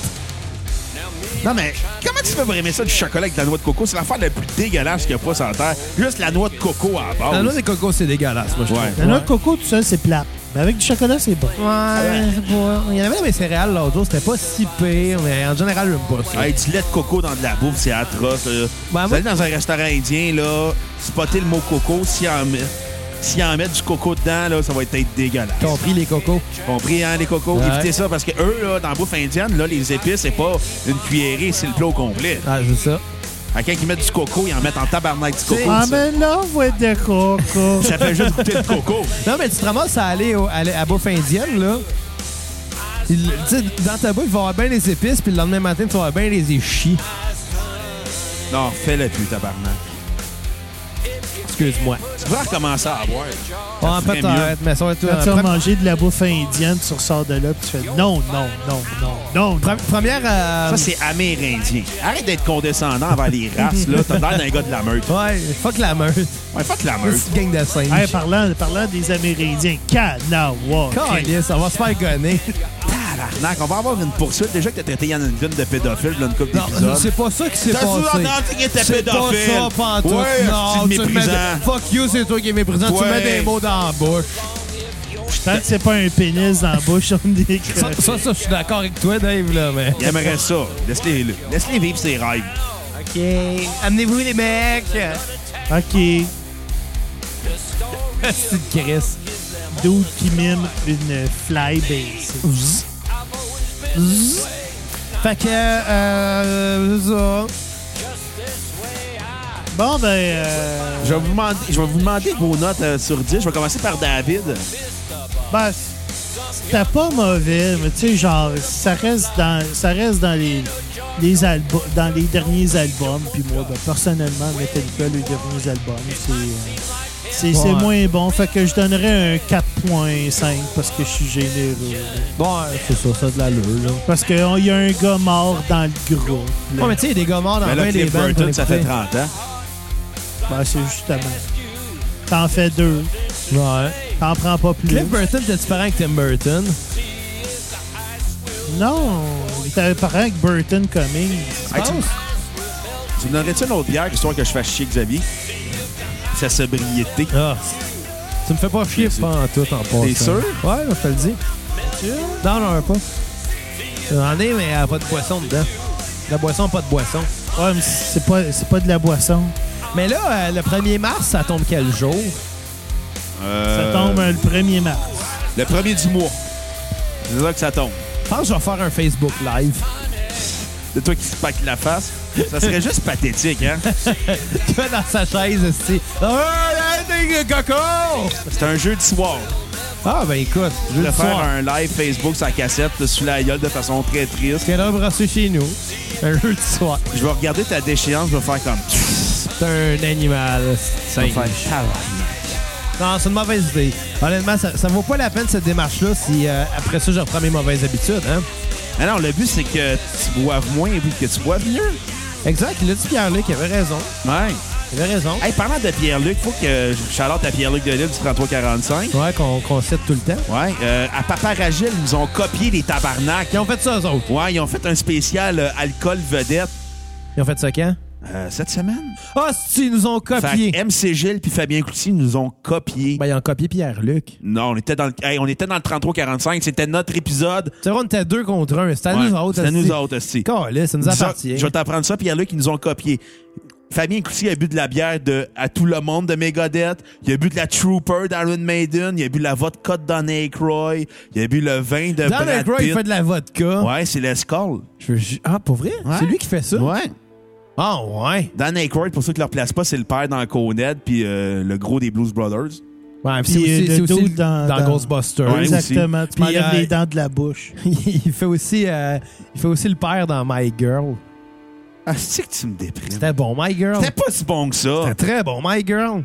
Non, mais comment tu peux vraiment aimer ça du chocolat avec de la noix de coco? C'est l'affaire la plus dégueulasse qu'il y a pas sur la terre. Juste la noix de coco à la base.
La noix des cocos, c'est dégueulasse, moi, je
Oh, Ouais.
trouve.
La noix de coco, tout seul, c'est plat. Mais avec du chocolat, c'est bon.
Ouais, c'est pas- Il y en avait dans mes céréales l'autre jour, c'était pas si pire, mais en général, j'aime pas ça.
Hey, du lait de coco dans de la bouffe, c'est atroce. là.
Ben,
Vous
moi-
allez dans un restaurant indien, là, spotter le mot coco, s'il en, met- s'il en met du coco dedans, là, ça va être dégueulasse.
T'as compris les cocos.
Compris, hein, les cocos?
Ouais.
Évitez ça, parce que eux, là, dans la bouffe indienne, là, les épices, c'est pas une cuillerée, c'est le plat au complet.
Ah, je veux ça.
À quelqu'un qui met du coco, ils en mettent en tabarnak du coco.
Ah,
ça.
mais là, on va de coco.
Ça fait juste goûter le coco.
Non, mais tu te ramasses à aller au- à, la- à bouffe indienne, là. Il- tu sais, dans ta bouffe, il va y avoir bien les épices, puis le lendemain matin, tu vas avoir bien les échis.
Non, fais-le plus, tabarnak.
Excuse-moi.
Tu vas recommencer à boire.
Ah,
ferait
peut-être, mais ça va être...
Quand
euh,
tu as
pre-
mangé de la bouffe indienne, tu ressors de là puis tu fais non, non, non, non, non. non.
pre- première... euh,
Ça, c'est amérindien. Arrête d'être condescendant envers les races, là. T'as l'air d'un gars de la meute.
ouais, fuck la meute.
Ouais, fuck la meute.
Petite gang de singes.
Hey, parlant, parlant des Amérindiens, Kanawaki.
Calisse, on va se faire gonner.
Tabarnak, on va avoir une poursuite. Déjà que t'as traité Yann Vin de pédophile dans une couple
Non,
d'épisodes.
c'est pas ça qui s'est
T'as
passé.
sous-entendu qu'il était
C'est pas
pédophile.
ça, pantoute.
Ouais,
non,
c'est
tu mets...
méprisant.
Fuck you, c'est toi qui es méprisant. Tu
Ouais.
mets des mots dans la bouche.
Tant que c'est pas un pénis dans la bouche, on est
Ça,
correct.
ça, ça, je suis d'accord avec toi, Dave, là, mais...
Il aimerait ça. Laisse-les laisse-les vivre ses rêves.
OK. Amenez-vous, les mecs.
OK.
C'est de Chris.
Dude qui mime une fly base.
Fait que, euh, c'est ça.
Bon, ben, euh,
Je vais vous demander, je vais vous demander vos notes euh, sur 10. Je vais commencer par David.
ben, c'était pas mauvais, mais tu sais, genre, ça reste dans, ça reste dans les, les albums, dans les derniers albums. Puis moi, ben, personnellement, Metallica, les derniers albums, c'est, euh, c'est, c'est
Ouais.
moins bon. Fait que je donnerais un 4.5 parce que je suis généreux. là.
Bon, euh, c'est ça, ça a de l'allure, là.
Parce qu'il y a un gars mort dans le groupe. là.
Ouais, mais tu sais, il y a des gars morts dans
Mais là,
bien des
Cliff
bandes
Burton,
qu'on
ça fait hein?
écoutait.
30 ans.
Ben, c'est justement. T'en fais deux.
Ouais.
T'en prends pas plus.
Cliff Burton était différent que Tim Burton.
Non, il t'avait parlé avec Burton Cummings.
Hey, Ah, tu, tu me donnerais-tu une autre bière, histoire que je fasse chier Xavier? Sa sobriété.
Ah. Tu me fais pas chier
sûr.
pas en tout en passant.
sûr?
Ouais, je te le dis. Non, non, pas. J'en ai, mais elle a pas de poisson dedans. La boisson, pas de boisson.
Ouais, Ah, mais c'est pas, c'est pas de la boisson.
Mais là, euh, le 1er mars, ça tombe quel jour?
Euh,
Ça tombe euh, le 1er mars.
Le premier du mois. C'est là que ça tombe.
Je pense que je vais faire un Facebook Live.
C'est toi qui se pack la face. Ça serait juste pathétique, hein?
Il va dans sa chaise, c'est. Ah, des cocos!
C'est un jeu de soir.
Ah, ben écoute, je
De
vais
faire
faire un.
un live Facebook sur la cassette sous la gueule de façon très triste.
Quel brassé chez nous? Un jeu de soir.
Je vais regarder ta déchéance, je vais faire comme.
C'est un animal.
Je vais
C'est
faire
Non, c'est une mauvaise idée. Honnêtement, ça, ça vaut pas la peine cette démarche-là si euh, après ça, je reprends mes mauvaises habitudes. Hein?
Mais non, le but, c'est que tu boives moins et puis que tu boives mieux.
Exact, il a dit Pierre-Luc, il avait raison.
Ouais.
Il avait raison.
Hey, parlant de Pierre-Luc, faut que je chalote à Pierre-Luc de Lille du 3345.
Ouais, qu'on qu'on cite tout le temps.
Ouais. euh, à Papa Ragil, ils nous ont copié les tabarnaks.
Ils ont fait ça, eux autres.
Ouais, ils ont fait un spécial euh, alcool vedette
Ils ont fait ça quand?
euh, cette semaine.
Ah, si, ils nous ont
Fait
copié.
que MC Gilles puis Fabien Coutier nous ont copié.
Ah, Ben, ils ont copié Pierre-Luc.
Non, on était dans le, hey, on était dans le 33-45. C'était notre épisode.
Tu sais, on était deux contre un. C'était à
Ouais,
nous autres.
C'était nous
hostie.
autres, aussi.
Calais, ça nous appartient.
Je vais t'apprendre ça, Pierre-Luc, ils nous ont copié. Fabien Coutier a bu de la bière de À tout le monde de Megadeth. Il a bu de la Trooper d'Iron Maiden. Il a bu la vodka de Don Aykroyd. Il a bu le vin de
Dans le
Brad
Croix, il
Pitt.
fait de la vodka.
Ouais, c'est l'escol.
Je veux ju- ah, pour vrai?
Ouais.
C'est lui qui fait ça?
Ouais.
Ah, ouais.
Don Aykroyd, pour ceux qui ne le replacent pas, c'est le père dans Conehead puis euh, le gros des Blues Brothers.
Ouais, puis
Puis,
c'est
euh,
aussi,
le
c'est aussi
dude dans-
dans,
dans-
Ghostbusters.
Ouais,
Exactement. Tu
Puis,
m'enlèves
euh,
les dents de la bouche.
il fait aussi euh, il fait aussi le père dans My Girl.
Ah, c'est que tu me déprimes.
C'était bon My Girl.
C'était pas si bon que ça.
C'était très bon My Girl.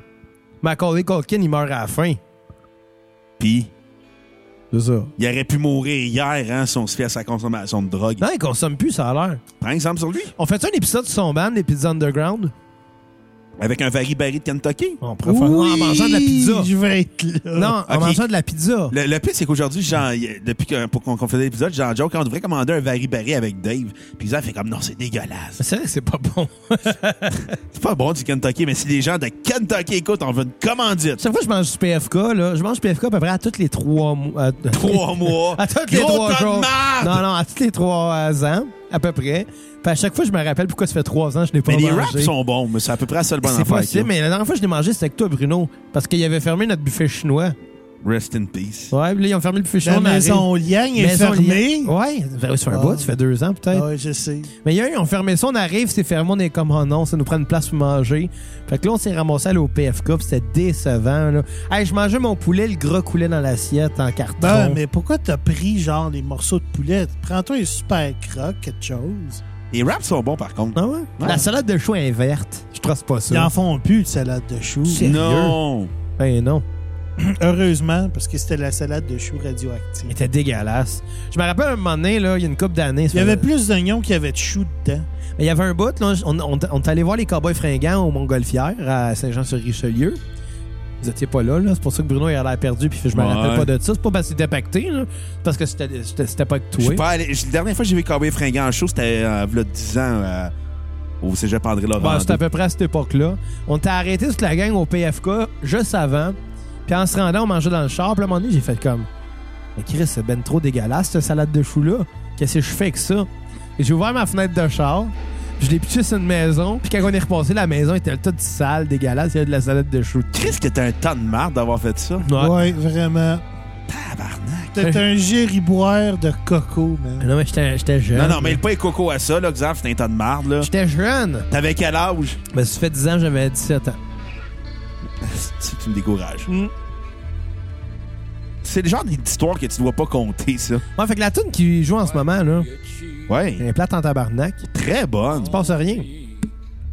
Macaulay Culkin il meurt à la fin.
Puis,
C'est ça.
il aurait pu mourir hier hein, si on se fait à sa consommation de drogue.
Non, il consomme plus ça a l'air.
Prends exemple sur lui.
On fait un épisode sur son band les pizzas underground.
Avec un vari-bari de Kentucky.
On préfère en mangeant de la pizza.
Je vais être là.
Non, en
Ok.
mangeant de la pizza.
Le, le pire, c'est qu'aujourd'hui, Jean- y- depuis que- pour qu'on qu'on faisait l'épisode, jean joe quand on devrait commander un vari-bari avec Dave, puis Xav fait comme non, c'est dégueulasse.
C'est vrai que c'est pas bon.
C'est pas bon du Kentucky, mais si les gens de Kentucky écoutent, on veut une commandite.
Chaque fois que je mange du PFK, là, je mange du PFK à peu près à tous les trois mois. à-
Trois mois.
À tous les
Gros
trois
tas de
jours.
marde!
Non, non, à tous les trois euh, ans, à peu près. Puis à chaque fois, je me rappelle pourquoi ça fait trois ans que je n'ai pas
Mais les
mangé.
raps sont bons, mais c'est à peu près la seule bonne
C'est
affaire.
possible,
qu'il y
mais la dernière fois que je l'ai mangé, c'était avec toi, Bruno. Parce qu'il avait fermé notre buffet chinois.
a. Rest in peace.
Ouais, puis là, ils ont fermé le buffet
La
chinois. mais
maison Liang est
Maison
fermée.
Liang. Ouais, ben oui, ça fait un
Ah.
bout, ça fait deux ans peut-être.
Ouais, je sais.
Mais il y a eu, ils ont fermé ça, on arrive, c'est fermé, on est comme, oh non, ça nous prend une place pour manger. Fait que là, on s'est ramassé à aller au PFK, puis c'était décevant, là. Hey, je mangeais mon poulet, le gras coulait dans l'assiette en carton.
Ben, mais pourquoi t'as pris, genre, les morceaux de poulet? Prends-toi un super croc, quelque chose.
Les raps sont bons, par contre.
Ah ouais? La salade de chou est verte. Je trace pas
Ils
ça.
en font plus de salade de choux.
C'est-
Non.
Ben non.
Heureusement, parce que c'était la salade de choux
Il
radioactive.
était dégueulasse. Je me rappelle un moment donné, là, il y a une couple d'années. ça
Il y avait
faisait-
plus d'oignons qu'il y avait de choux dedans.
Mais il y avait un bout, là, on, on, on est allé voir les cowboys fringants au Montgolfière, à Saint-Jean-sur-Richelieu. Vous étiez pas là, là. c'est pour ça que Bruno il a l'air perdu, puis je me
Ouais.
rappelle pas de ça. C'est pas parce qu'il était pacté, là. c'est parce que c'était c'était- c'était pas avec
Je suis
toi.
pas allé- La dernière fois que j'ai vu Cowboy Fringant en show, c'était euh, v'là 10 ans euh, au Cégep André
Ouais,
Laurent.
c'était Bah, à peu près à cette époque-là. On t'a arrêté toute la gang au PFK juste avant. Puis en se rendant, on mangeait dans le char. Puis à un moment donné, j'ai fait comme Mais Chris, c'est ben trop dégueulasse, cette salade de chou-là. Qu'est-ce que je fais avec ça? Et j'ai ouvert ma fenêtre de char. Je l'ai pitché sur une maison. Puis quand on est repassé, la maison était toute sale, dégueulasse. Il y avait de la salade de chou.
Chris, que t'as un tas de marde d'avoir fait ça.
Ouais.
Ouais, vraiment.
Tabarnak.
T'es un gériboire de coco, man.
Ah Non, mais j'étais j'étais jeune.
Non, non, mais le pas est coco à ça, là, Xav, c'est un tas de marde, là.
J'étais jeune.
T'avais quel âge?
Ben, ça fait 10 ans, j'avais 17 ans.
Si tu me décourages.
Mm.
C'est le genre d'histoire que tu dois pas compter, ça.
Ouais, fait que la tune qui joue en ce moment, là,
Ouais.
elle est plate en tabarnak.
Très bonne.
Il se passe rien.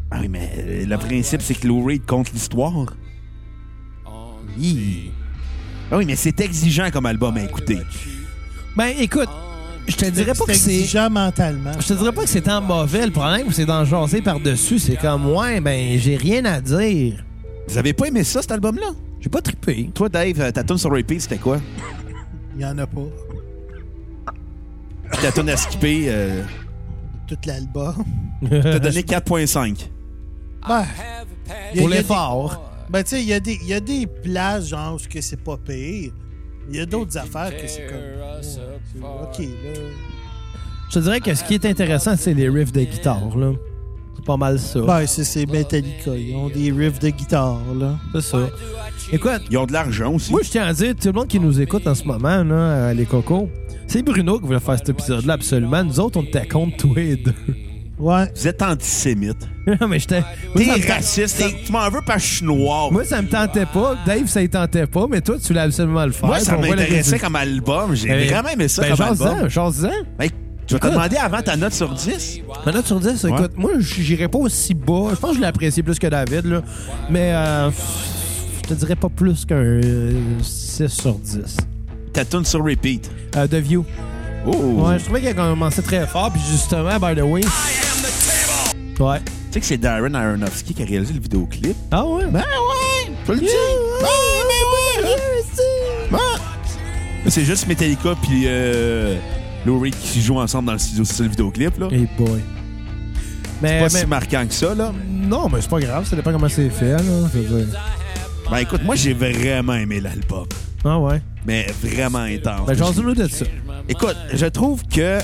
Ah oui, mais euh, le principe, c'est que Lou Reed compte l'histoire. Hi. Ah oui, mais c'est exigeant comme album à écouter.
Ben, écoute, je te dirais pas que c'est.
exigeant mentalement.
Je te dirais pas que c'est tant mauvais. Le problème, c'est d'en jaser par-dessus. C'est comme, ouais, ben, j'ai rien à dire.
Vous avez pas aimé ça, cet album-là?
J'ai pas trippé.
Toi, Dave, euh, ta tune sur repeat, c'était quoi?
Il y en a pas.
Puis ta tune à skipper, euh,
Tout l'album.
t'as donné 4.5.
Ben,
Pour
Il y a
l'effort.
ben tu sais, il y, a des- il y a des places, genre, où ce que c'est pas pire. Il y a d'autres affaires que c'est comme. OK, là.
Je te dirais que ce qui est intéressant, c'est les riffs de guitare, là. C'est pas mal ça.
Ben, c'est- c'est Metallica. Ils ont des riffs de guitare, là.
c'est ça. Écoute,
Ils ont de l'argent aussi.
moi, je tiens à dire, tout le monde qui nous écoute en ce moment, là, à les cocos, c'est Bruno qui voulait faire cet épisode-là, absolument. Nous autres, on était contre tous les deux.
Ouais.
Vous êtes antisémite.
Non, mais j'étais. Moi, ça me
T'es
tente-
raciste. t'es- Tu m'en veux parce que je suis noir. Moi,
Moi, ça me tentait pas. Dave, ça y tentait pas. Mais toi, tu voulais absolument le faire.
ça
puis on voit le
m'intéressait
résultat.
comme album. J'ai
Eh,
vraiment aimé ça
ben,
comme
j'en
album.
disais, j'en disais.
Ben, tu vas te
Écoute.
demander avant ta note sur 10?
Ma note sur 10,
Ouais.
écoute, moi, j'irais pas aussi bas. Je pense que je l'ai apprécié plus que David, là. Mais euh, pff, je te dirais pas plus qu'un euh, 6 sur 10.
Ta tune sur repeat.
Euh, The View.
Oh!
Ouais, je trouvais qu'elle commençait très fort, puis justement, by the way. Ouais.
Tu sais que c'est Darren Aronofsky qui a réalisé le vidéoclip.
Ah ouais? Ben ouais!
Je le dis. Ben Ouais, ouais, ouais. Mais C'est juste Metallica puis euh, Lou Reed qui jouent ensemble dans le studio, c'est ça le vidéoclip là.
Hey boy. Mais,
Ben! Pas
mais-
si marquant que ça là.
non, mais c'est pas grave, ça dépend comment c'est fait, là. je veux dire.
Ben écoute, moi j'ai vraiment aimé l'album,
Ah ouais?
mais vraiment intense.
Ben, j'en dis nous de ça.
écoute, je trouve que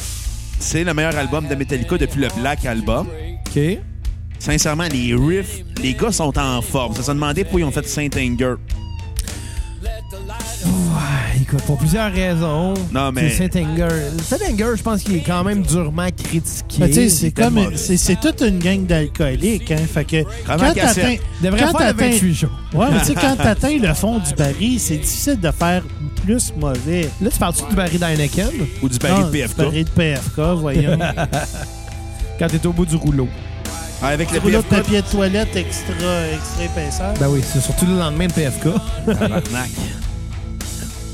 c'est le meilleur album de Metallica depuis le Black Album.
OK.
Sincèrement, les riffs, les gars sont en forme. Ça se demandait pourquoi ils ont fait Saint Anger.
Ouais, écoute, pour plusieurs raisons.
Non, mais-
C'est Saint-Anger. Saint-Anger, je pense qu'il est quand même durement critiqué.
Mais Ben, tu sais, c'est
tellement
comme.
mauvais.
C'est c'est toute une gang d'alcooliques, hein. Fait que. Quand t'atteins.
cassette.
Il devrait
quand
faire le
t'atteins-
28 jours.
Ouais, mais tu sais, quand t'atteins le fond du baril, c'est difficile de faire plus mauvais.
Là, tu parles-tu du Barry d'Heineken
Ou du
Ah,
Barry
Non,
PFK.
Baril de PFK, voyons.
quand t'es au bout du rouleau?
Ah, avec le
Rouleau de
PFK.
papier de toilette extra, extra épaisseur.
Ben oui, c'est surtout le lendemain de PFK.
Tabarnak.
Euh.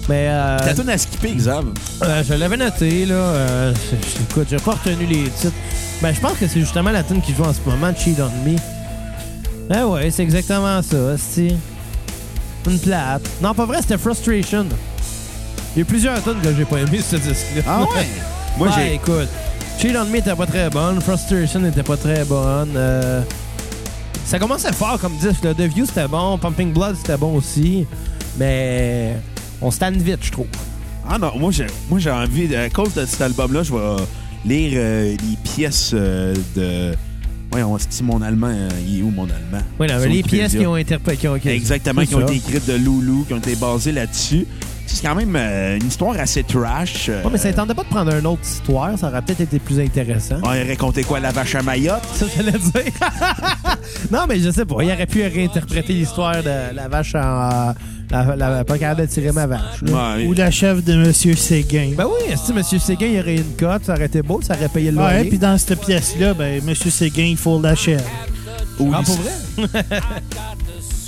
Mais euh,
Ta tune à skipper, Xav.
euh, je l'avais noté, là. Euh, je- je- écoute, j'ai pas retenu les titres. Ben, je pense que c'est justement la tune qui joue en ce moment, Cheat on Me. Ben ouais, c'est exactement ça, c'est Une plate. Non, pas vrai, c'était Frustration. Il y a plusieurs tonnes que j'ai pas aimé sur ce disque-là.
Ah ouais? Moi,
Ouais,
j'ai.
écoute. Chill on Me était pas très bonne. Frustration n'était pas très bonne. euh, Ça commençait fort comme disque. là. The View, c'était bon. Pumping Blood, c'était bon aussi. Mais on stand vite, je trouve.
Ah non, moi, j'ai, moi, j'ai envie. de- À cause de cet album-là, je vais lire euh, les pièces euh, de. Voyons, c'est mon allemand. euh, il est où mon allemand?
Voilà,
Sur
les
Wikipédia.
pièces qui ont interprété. Qui ont, qui-
Exactement,
c'est
qui ont
ça.
été écrites de Loulou, qui ont été basées là-dessus. C'est quand même euh, une histoire assez trash. euh,
Ouais, mais ça tentait pas de prendre une autre histoire. Ça aurait peut-être été plus intéressant.
On aurait compté Ah, quoi, la vache à Mayotte?
Ça, j'allais dire. non, mais je sais pas. Il aurait pu réinterpréter l'histoire de la vache en. euh, la, la- pas capable de tirer ma vache. là.
Ouais,
Ou la chef de Monsieur Séguin.
Ben oui, si M. Séguin il aurait une cote, ça aurait été beau, ça aurait payé le
Ah, Ouais,
loyer.
puis dans cette pièce-là, ben, Monsieur Séguin, il faut la chèvre.
ou
Ah,
il-
pour vrai?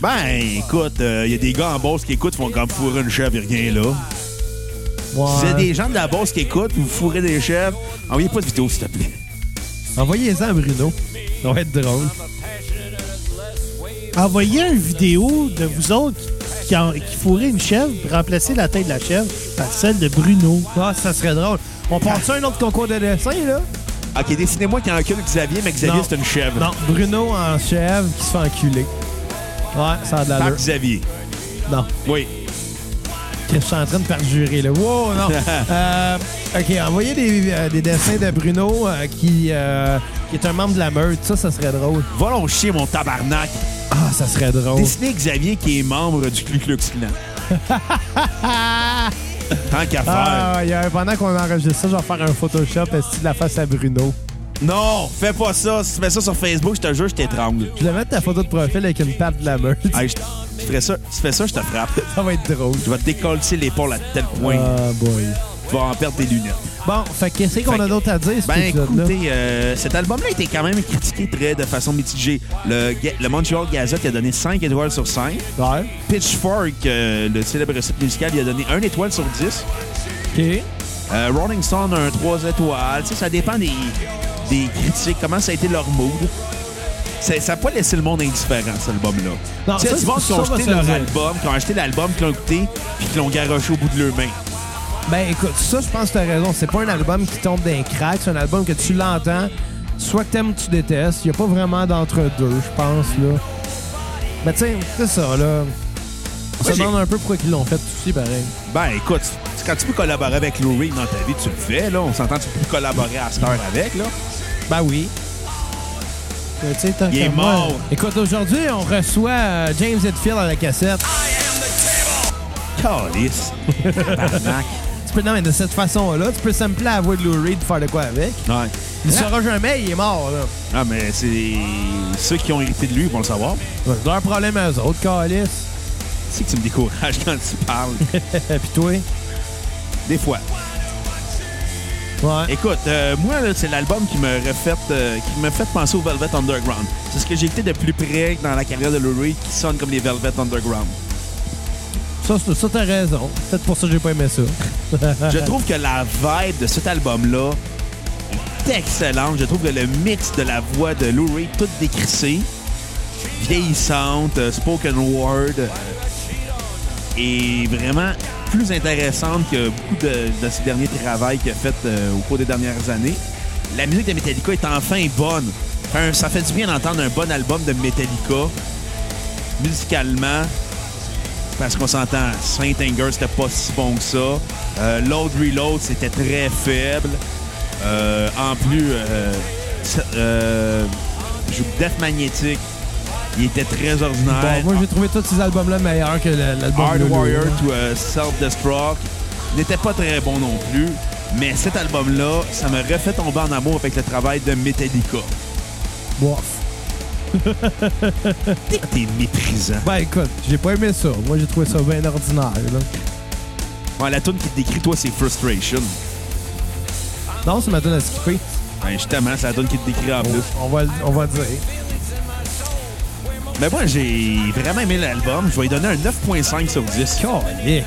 Ben, écoute, euh, il y a des gars en Beauce qui écoutent, font comme fourrer une chèvre, et rien là. Si c'est des gens de la Beauce qui écoutent, vous fourrez des chèvres, envoyez pas de vidéo, s'il te plaît.
Envoyez-en à Bruno. Ça va être drôle.
Envoyez une vidéo de vous autres qui, qui, en- qui fourrez une chèvre, puis remplacez la tête de la chèvre par celle de Bruno.
Ah, ça serait drôle. On passe à un autre concours de dessin, là?
Ok, dessinez-moi qui encule Xavier, mais Xavier,
Non.
c'est une chèvre.
Non, Bruno en chèvre qui se fait enculer. Ouais, ça a de
Par
l'allure.
Xavier.
Non,
Oui.
je suis en train de perjurer, là. Wow, non. Euh, OK, envoyez des, euh, des dessins de Bruno euh, qui, euh, qui est un membre de la meute. Ça, ça serait drôle.
Volons chier, mon tabarnak.
Ah, ça serait drôle.
Dessinez Xavier qui est membre du Ku Klux Klan. Tant qu'à faire.
Ah, il y a- pendant qu'on enregistre ça, je vais faire un Photoshop est-ce que de la face à Bruno.
Non, fais pas ça. Si tu mets ça sur Facebook, je te jure, je t'étrangle.
Je vais mettre ta photo de profil avec une patte de la meute.
Hey, je- tu ferais ça, tu fais ça, je te frappe.
Ça va être drôle.
Je vais te décoller l'épaule à tel point
Ah, boy.
tu vas en perdre tes lunettes.
Bon, fait que qu'est-ce qu'on
Fait
a
que-
d'autre à dire,
Ben
cet épisode-là?
écoutez, euh, cet album-là a été quand même critiqué très de façon mitigée. Le, Ga- le Montreal Gazette a donné 5 étoiles sur 5.
Ouais.
Pitchfork, euh, le célèbre site musical, il a donné 1 étoile sur 10.
OK.
Euh, Rolling Stone a un 3 étoiles. Tu sais, ça dépend des, des critiques, comment ça a été leur mood. C'est- Ça n'a pas laissé le monde indifférent, cet album-là.
Non,
Tu sais,
ça,
du monde qui
ça,
ont
ça,
acheté
ça,
leur
ça.
album, qui ont acheté l'album, qui l'ont écouté, puis qui l'ont garoché au bout de leurs mains.
Ben écoute, ça, je pense que t'as raison. C'est pas un album qui tombe d'un crack. C'est un album que tu l'entends, soit que t'aimes ou tu détestes. Il a pas vraiment d'entre-deux, je pense, là. Mais tu sais, c'est ça, là. On se
j'ai-
demande un peu pourquoi ils l'ont fait aussi, pareil.
Ben écoute, tu- quand tu peux collaborer avec Lou Reed dans ta vie, tu le fais, là. On s'entend, tu peux collaborer à cette heure avec, là.
Ben oui. Ben,
Euh, tu sais, tant
Il est
qu'à moi,
mort.
Écoute, aujourd'hui, on reçoit euh, James Hetfield à la cassette.
Calice. Tabarnak.
Tu peux, non, mais de cette façon-là, tu peux sampler la voix de Lou Reed pour faire de quoi avec.
Ouais.
Il saura jamais, il est mort, là.
Ah, mais c'est. Ceux qui ont hérité de lui vont le savoir.
C'est leur problème à eux autres, Calis.
C'est que tu me décourages quand tu parles.
Et puis toi?
Des fois.
Ouais.
Écoute, euh, moi, là, c'est l'album qui m'a refait, euh, qui m'a fait penser au Velvet Underground. C'est ce que j'ai écouté de plus près dans la carrière de Lou Reed qui sonne comme les Velvet Underground.
Ça, c'est- ça, t'as raison. Peut-être pour ça que j'ai pas aimé ça. Hein?
Je trouve que la vibe de cet album-là est excellente. Je trouve que le mix de la voix de Lou Reed, toute décrissée, vieillissante, euh, spoken word, euh, est vraiment plus intéressante que beaucoup de, de ses derniers travaux qu'il a fait euh, au cours des dernières années. La musique de Metallica est enfin bonne. Un- ça fait du bien d'entendre un bon album de Metallica musicalement. Parce qu'on s'entend, Saint Anger, c'était pas si bon que ça. Euh, Load Reload, c'était très faible. Euh, en plus, euh, ça- euh, je- Death Magnetic, il était très ordinaire.
Bon, moi, j'ai trouvé tous ces albums-là meilleurs que le- l'album
Hard
Loulou,
Warrior
hein.
to euh, Self-Destruct n'était pas très bon non plus. Mais cet album-là, ça me refait tomber en amour avec le travail de Metallica.
Bof.
T'es- T'es méprisant.
Ben écoute, j'ai pas aimé ça. Moi, j'ai trouvé ça bien ordinaire, là.
Ouais, la tune qui te décrit, toi, c'est Frustration.
Non, c'est ma donne à skipper.
Ben, justement, c'est la tune qui te décrit en plus.
On va, le- on va le dire.
Mais moi, j'ai vraiment aimé l'album. Je vais lui donner un 9.5 sur 10.
Calique.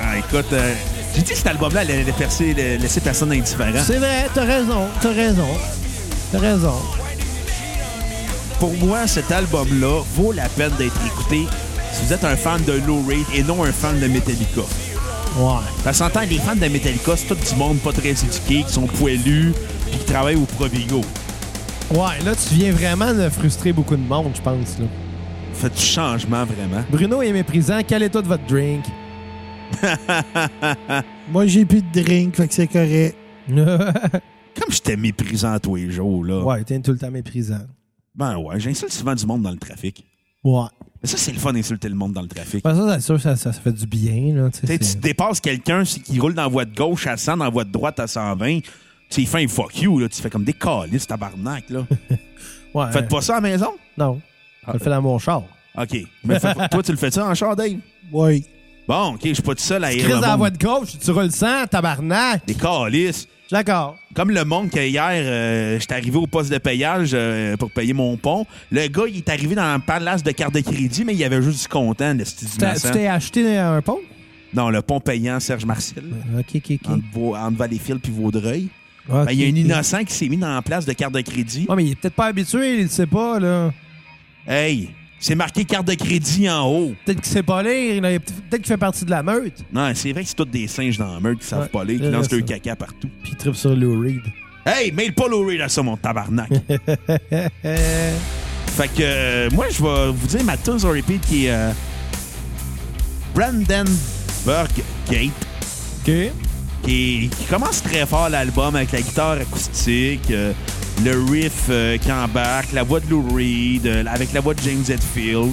Ah, écoute, euh, j'ai dit que cet album-là allait allait percer, allait laisser personne indifférent.
C'est vrai, t'as raison, t'as raison. T'as raison.
pour moi, cet album-là vaut la peine d'être écouté si vous êtes un fan de Lou Reed et non un fan de Metallica.
Ouais.
Parce qu'on s'entend, les fans de Metallica, c'est tout du monde pas très éduqué, qui sont poilus, puis qui travaillent au Provigo.
Ouais, là, tu viens vraiment de frustrer beaucoup de monde, je pense. Là.
Faites du changement, vraiment.
Bruno est méprisant. Quel est tout votre drink?
Moi, j'ai plus de drink, fait que c'est correct.
ouais,
Comme j'étais méprisant tous les jours, là.
t'es tout le temps méprisant.
Ben ouais, j'insulte souvent du monde dans le trafic.
Ouais.
Mais ça, c'est le fun d'insulter le monde dans le trafic.
Ben, ça, c'est sûr, ça, ça, ça fait du bien. Là, tu
Tu
sais,
sais, tu
c'est-
dépasses quelqu'un c'est- qui roule dans la voie de gauche à 100, dans la voie de droite à 120. Tu sais, il fait un fuck you, là. Tu fais comme des calices, tabarnak, là.
ouais,
Faites pas Ah. ça à la maison?
Non. Je le fais dans mon char.
OK. Mais fais pas- toi, tu le fais ça en char, Dave?
Oui.
Bon, OK, je suis pas tout seul à
Chris
rire.
dans la voie de gauche, tu roules sang, tabarnak.
Des calices.
Je suis D'accord.
Comme le monde que hier, euh, j'étais arrivé au poste de payage euh, pour payer mon pont. Le gars, il est arrivé dans un palace de carte de crédit, mais il avait juste du content, le style
Tu t'as- tu t'es acheté un pont?
Non, le pont payant Serge Marcel,
Ok, ok, ok.
entre, Vau- entre Valleyfield puis Vaudreuil.
Ok,
Ah. Ben, il y a un
ok.
innocent qui s'est mis dans la place de carte de crédit.
Ouais, mais il est peut-être pas habitué, il le sait pas, là.
Hey, c'est marqué carte de crédit en haut.
Peut-être qu'il sait pas lire, là. Il est peut- peut-être qu'il fait partie de la meute.
Non, c'est vrai que c'est tous des singes dans la meute qui savent
Ouais,
pas lire, qui
c'est
lancent
vrai,
leur
ça.
caca partout.
Puis il tripe sur Lou Reed.
Hey, mail pas Laurie là, ça, mon tabarnak.
Euh,
fait que euh, moi, je vais vous dire ma tune sur repeat qui est euh, Brandenburg Gate.
OK.
qui, qui commence très fort l'album avec la guitare acoustique, euh, le riff euh, qui embarque, la voix de Lou Reed, euh, avec la voix de James Hetfield.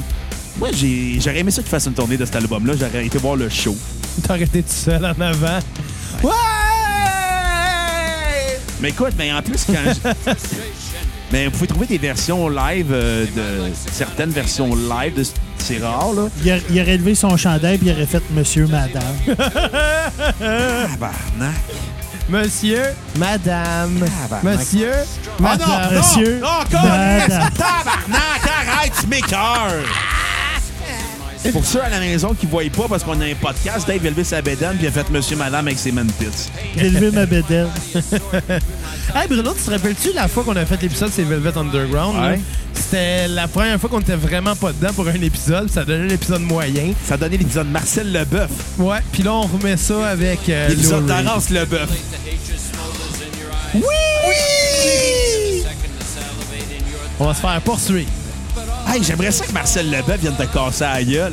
Moi, j'ai- j'aurais aimé ça qu'il fasse une tournée de cet album-là. J'aurais été voir le show.
T'aurais été tout seul en avant. Ouais!
Mais écoute, mais en plus, quand je- Mais vous pouvez trouver des versions live, euh, de certaines versions live. De... C'est rare, là.
Il, a- il aurait levé son chandail puis il aurait fait Monsieur, Madame.
Tabarnak.
Monsieur, madame,
Tabarnak.
monsieur,
Ah
madame.
non,
Monsieur.
non, encore, yes,
Madame.
tabarnak, arrête, tu m'écœures. Pour ceux à la maison qui ne voient pas, parce qu'on a un podcast, Dave a levé sa bédane puis il a fait Monsieur Madame avec ses manpits.
J'ai levé ma bédelle.
Hey Bruno, tu te rappelles-tu la fois qu'on a fait l'épisode c'est Velvet Underground? là?
Ouais.
C'était la première fois qu'on était vraiment pas dedans pour un épisode. puis Ça donnait l'épisode moyen.
Ça donnait l'épisode Marcel Leboeuf,
Ouais. Puis là, on remet ça avec euh,
l'épisode
Lou Reed.
Terence Leboeuf. Oui! Oui!
On va se faire poursuivre.
Hey, j'aimerais ça que Marcel Leboeuf vienne te casser la gueule.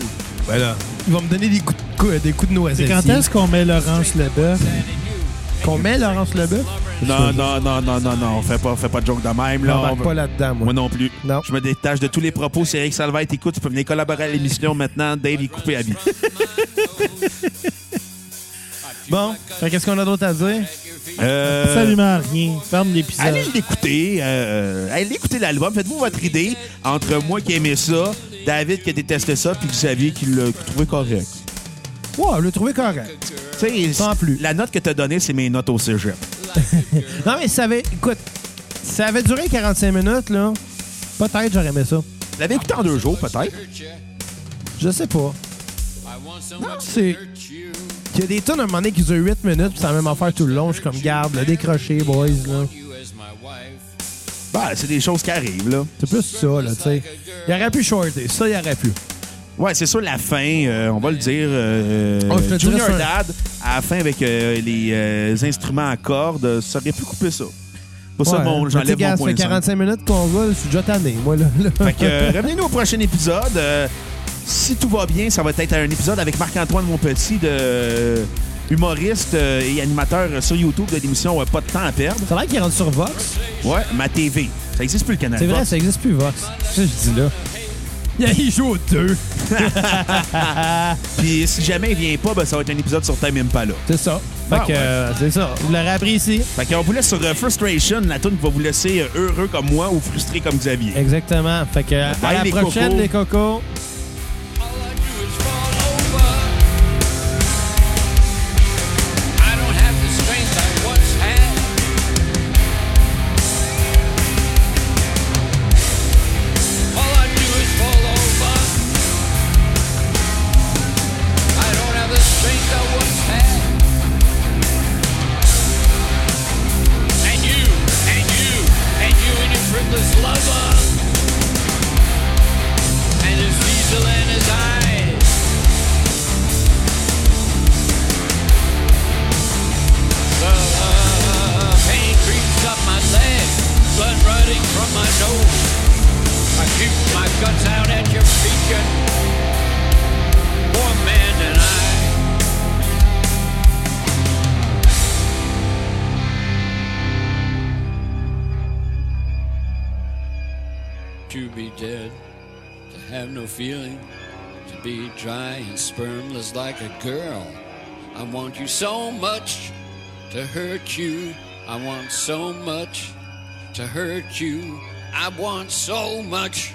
Ben là. Il va me donner des coups de, cou- des coups de noisette.
Quand est-ce qu'on met Laurence Leboeuf?
Euh, qu'on met Laurence Leboeuf?
Non, non, non, non, non, non, fais pas, fais pas de joke de même,
Je
là. On
m'embarque
va-
pas là-dedans, moi.
Moi non plus.
Non.
Je me détache de tous les propos. C'est Eric Salvette. Écoute, tu peux venir collaborer à l'émission maintenant. Dave est coupé à vie.
Bon, fait qu'est-ce qu'on a d'autre à dire?
Euh,
Absolument rien. Ferme l'épisode.
Allez l'écouter. euh, allez écouter l'album. Faites-vous votre idée entre moi qui aimais ça, David qui détestait ça, puis Xavier qui le trouvait correct.
Ouais, je l'ai trouvé correct.
Tu sais,
Sans plus.
La note que t'as donnée, c'est mes notes au cégep.
Non, mais ça avait. Écoute, ça avait duré 45 minutes, là. Peut-être j'aurais aimé ça.
Vous l'avez écouté en deux jours, peut-être.
Je sais pas.
I want someone
c'est-
to hurt you.
Il y a des tonnes à un moment donné qui durent 8 minutes, puis c'est la même affaire tout le long. Je suis comme, garde, le décroché, boys, là.
You as my wife.
Ben, c'est des choses qui arrivent, là.
C'est plus ça, là, tu sais. Il aurait pu shorter. Ça, il aurait pu.
Ouais, c'est sûr, la fin, euh, on va le dire. euh,
Oh, je te
Junior
dirais ça.
Dad, à la fin, avec euh, les euh, instruments à cordes, ça aurait pu couper ça. Pour ça,
Ouais,
bon,
mais
j'enlève
tu
mon
sais,
point
gars, Ça fait
de cinq.
45 minutes qu'on va, je suis déjà tanné, moi, là. là.
Fait que, euh, revenez-nous au prochain épisode. Euh, si tout va bien, ça va être un épisode avec Marc-Antoine Monpetit, de, euh, humoriste euh, et animateur euh, sur YouTube de l'émission euh, Pas de temps à perdre.
Ça a l'air qu'il rentre sur Vox.
Ouais, ma TV. Ça existe plus le canal.
C'est vrai,
Vox.
ça existe plus, Vox. C'est ça que je dis là. Il il joue aux deux.
Puis si jamais il vient pas, ben, ça va être un épisode sur Time Impala.
C'est ça. Fait
Ah,
que, euh, c'est ça. Vous l'aurez appris ici.
Fait qu'on vous laisse sur euh, Frustration, la tune qui va vous laisser euh, heureux comme moi ou frustré comme Xavier.
Exactement. Fait que, euh,
Bye,
à
les
la prochaine,
cocos.
les cocos.
All I do is fall over. I don't have the strength I once had. All I do is fall over. I don't have the strength I once had. And you, and you, and you and your frivolous lover. be dead, to have no feeling, to be dry and spermless like a girl. I want you so much to hurt you. I want so much to hurt you. I want so much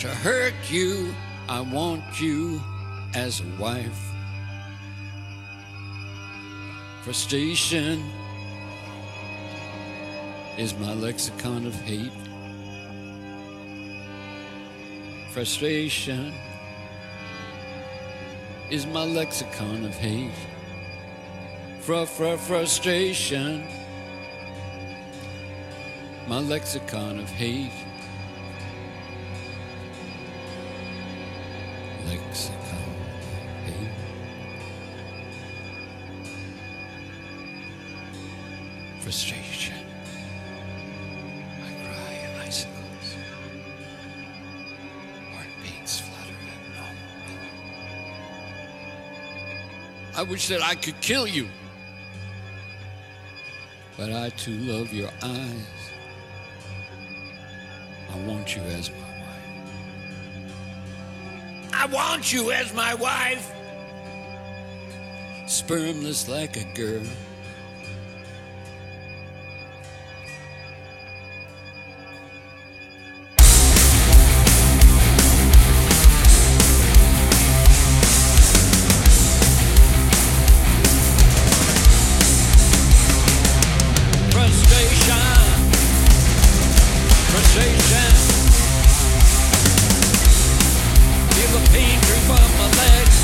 to hurt you. I want you as a wife. Frustration is my lexicon of hate. Frustration is my lexicon of hate. Fr fr frustration, my lexicon of hate. Lexicon of hate. Frustration. I cry in icicles. Heartbeats flutter abnormal. I wish that I could kill you. But I too love your eyes. I want you as my wife. I want you as my wife. Spermless like a girl. Frustration. Frustration. Feel the pain drip from my legs.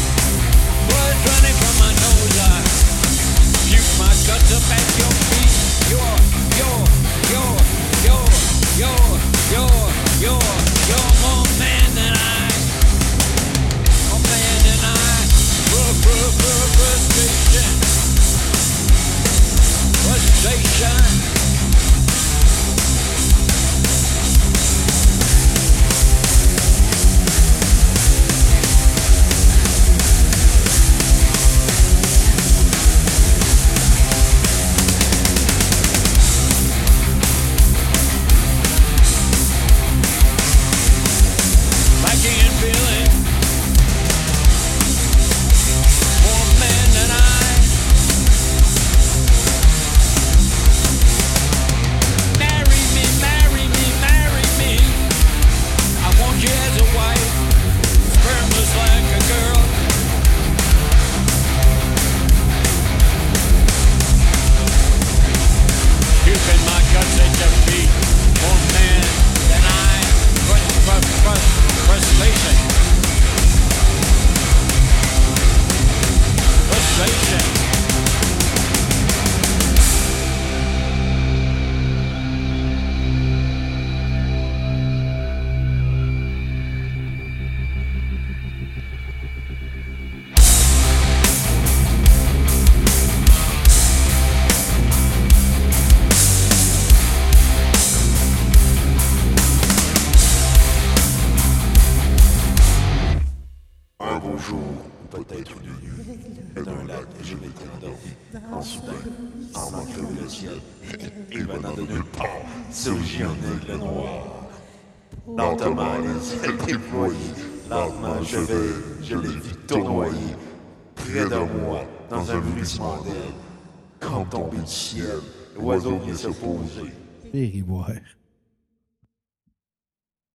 Blood running from my nose. I puke my guts up at your feet. You're, you're, you're, you're, you're, you're, you're, you're more man than I. More man than I. Fru- fru- fru- Frustration. Frustration. I can't feel it. More men than I. Marry me, marry me, marry me. I want you as a wife, spermless like a girl. Puking my guts at your feet. More men than I. Frust, frust, frust, frustration. Frustration.
Un beau jour, ou peut-être une nuit, dans un lac, je m'étais endormi, quand soudain, en montant le ciel, émanant de nulle part, surgit un aigle noir. Lentement, les ailes déployées, lentement, je vais, je les vis tournoyer, près de moi, dans un bruissement d'ailes, comme tombé du ciel, l'oiseau vient se poser.
Périboire.